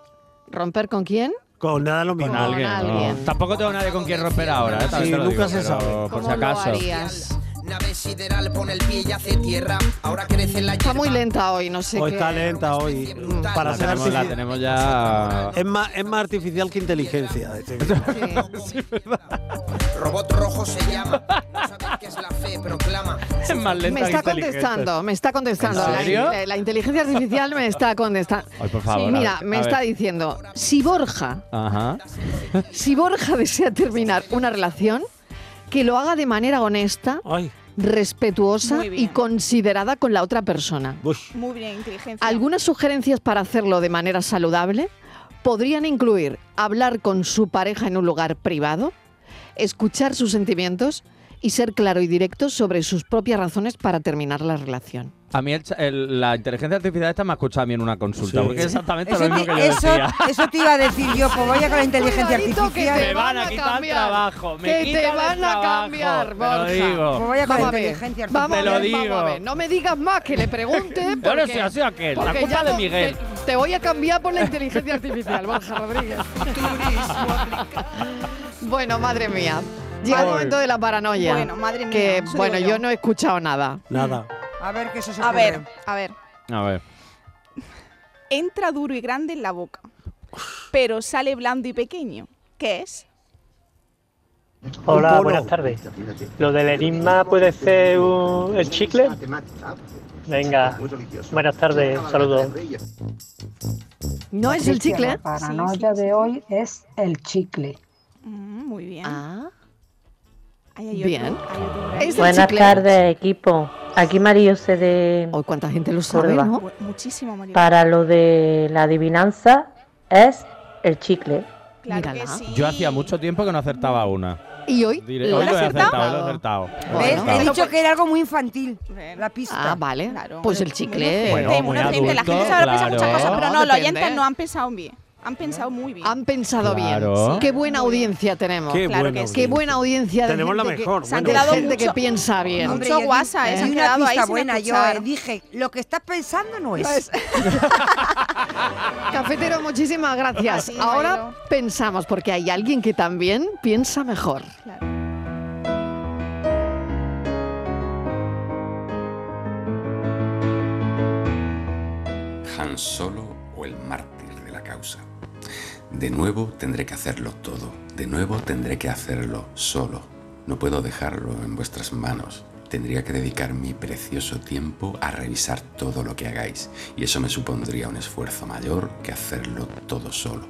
Romper. con quién? Con nada lo mismo. Con alguien. ¿no? alguien. Tampoco tengo nadie con quien romper ahora. ¿eh? También Sí, te lo digo, nunca se pero sabe. Por si acaso. Nave sideral pone el pie y hace tierra. Ahora crece la Está muy lenta hoy, no sé Hoy qué. está lenta hoy. mm. Para La ser tenemos, la artificial. tenemos ya. Es más, es más artificial que inteligencia. este. Robot rojo se llama. No sabéis qué es la fe, proclama. Es más Me está contestando, me está contestando. ¿En La- serio? La, la inteligencia artificial me está contestando. Ay, por favor, a mira, ver, me a está ver. diciendo, si Borja, Ajá. si Borja desea terminar una relación, que lo haga de manera honesta, Ay. respetuosa Muy bien. y considerada con la otra persona. Muy bien, inteligencia. Algunas sugerencias para hacerlo de manera saludable podrían incluir hablar con su pareja en un lugar privado, escuchar sus sentimientos y ser claro y directo sobre sus propias razones para terminar la relación. A mí el cha- el- la inteligencia artificial esta me ha escuchado a mí en una consulta. Sí. Porque es exactamente Eso lo mismo te- que yo eso- decía. eso te iba a decir yo, pues vaya con la inteligencia Cuidadito que artificial. te van a quitar el trabajo. me Que te quitan el van a trabajo, cambiar, te lo Borja. digo. Pues vaya Vamos con la a ver, inteligencia Vamos a artificial. ver, Te lo vamos a ver. digo. No me digas más que le pregunte. Yo no porque- sé, ha sido aquel. La porque culpa ya de no- Miguel. Te, te voy a cambiar por la inteligencia artificial, Borja Rodríguez. bueno, madre mía. Llega el Ay. momento de la paranoia. Bueno, madre mía, Que, eso bueno, yo. digo yo. no he escuchado nada. Nada. A ver qué se os A ocurre. ver, a ver. A ver. Entra duro y grande en la boca, pero sale blando y pequeño. ¿Qué es? Hola, buenas tardes. Lo del enigma puede ser un- el chicle. Venga, buenas tardes, saludos. No es el chicle. La paranoia de hoy es el chicle. Mm, muy bien. Ah. Bien. Es el Buenas chicle. tardes, equipo. Aquí María José de. Hoy cuánta gente lo sabe, ¿no? Muchísimo, María. Para lo de la adivinanza es el chicle. Claro que sí. Yo hacía mucho tiempo que no acertaba una. ¿Y hoy? Diré- ¿Lo hoy has lo he acertado, acertado? pues- lo he acertado. Lo he ¿Ves? acertado. He dicho que era algo muy infantil. La pista. Ah, vale. pues el chicle. Bueno, muy Gente, la gente se habrá pensado muchas cosas, pero no, los Depende. oyentes no han pensado bien. Han pensado muy bien. Han pensado Claro. bien. Qué buena audiencia tenemos. Qué Claro buena que sí. Qué buena audiencia. de Tenemos la gente que- mejor, de bueno. Se han quedado gente que mucho- piensa bien. mucho Hombre, yo guasa, di- ¿eh? se han Y una quedado ahí pista sin buena, yo escuchar. eh, dije, lo que estás pensando no es. Pues, Cafetero, muchísimas gracias. A ti, Ahora pensamos, porque hay alguien que también piensa mejor. Han Solo o el mártir de la causa. De nuevo tendré que hacerlo todo. De nuevo tendré que hacerlo solo. No puedo dejarlo en vuestras manos. Tendría que dedicar mi precioso tiempo a revisar todo lo que hagáis, y eso me supondría un esfuerzo mayor que hacerlo todo solo.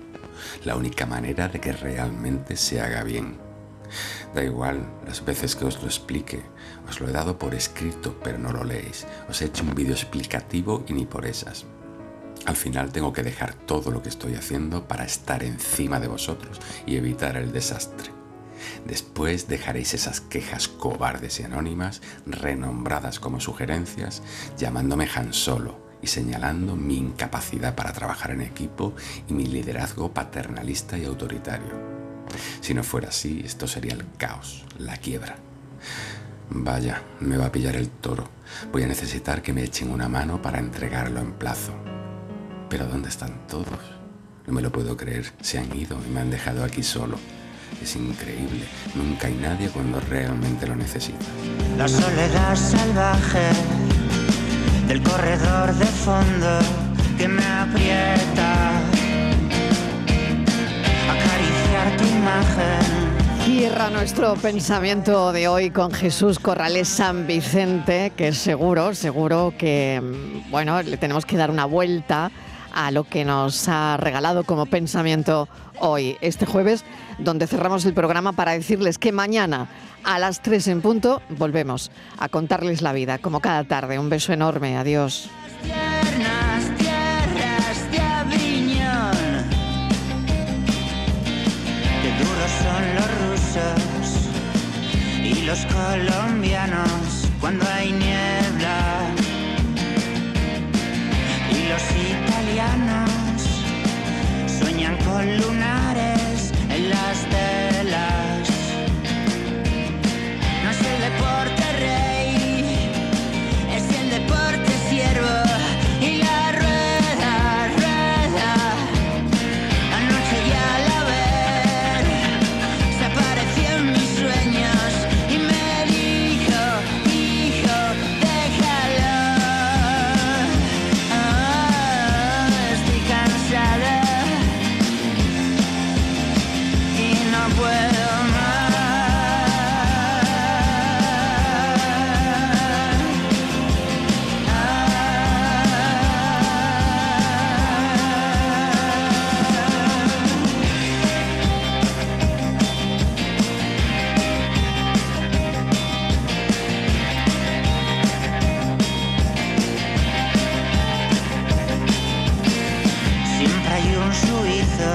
La única manera de que realmente se haga bien. Da igual las veces que os lo explique, os lo he dado por escrito, pero no lo leéis. Os he hecho un vídeo explicativo y ni por esas. Al final tengo que dejar todo lo que estoy haciendo para estar encima de vosotros y evitar el desastre. Después dejaréis esas quejas cobardes y anónimas, renombradas como sugerencias, llamándome Han Solo y señalando mi incapacidad para trabajar en equipo y mi liderazgo paternalista y autoritario. Si no fuera así, esto sería el caos, la quiebra. Vaya, me va a pillar el toro. Voy a necesitar que me echen una mano para entregarlo en plazo. Pero ¿dónde están todos? No me lo puedo creer. Se han ido y me han dejado aquí solo. Es increíble. Nunca hay nadie cuando realmente lo necesitas. La soledad salvaje del corredor de fondo que me aprieta. Acariciar tu imagen. Cierra nuestro pensamiento de hoy con Jesús Corrales San Vicente, que seguro, seguro que, mm, bueno, le tenemos que dar una vuelta a lo que nos ha regalado como pensamiento hoy, este jueves, donde cerramos el programa para decirles que mañana a las 3 en punto volvemos a contarles la vida, como cada tarde. Un beso enorme, adiós. Tiernas tierras de Aviñón. Qué duros son los rusos y los colombianos cuando hay niebla. Y los italianos sueñan con lunares en las telas. No es el deporte real. Ah, cabeza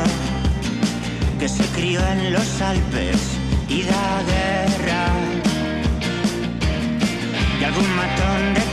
que se crió en los Alpes y da guerra. Y algún matón de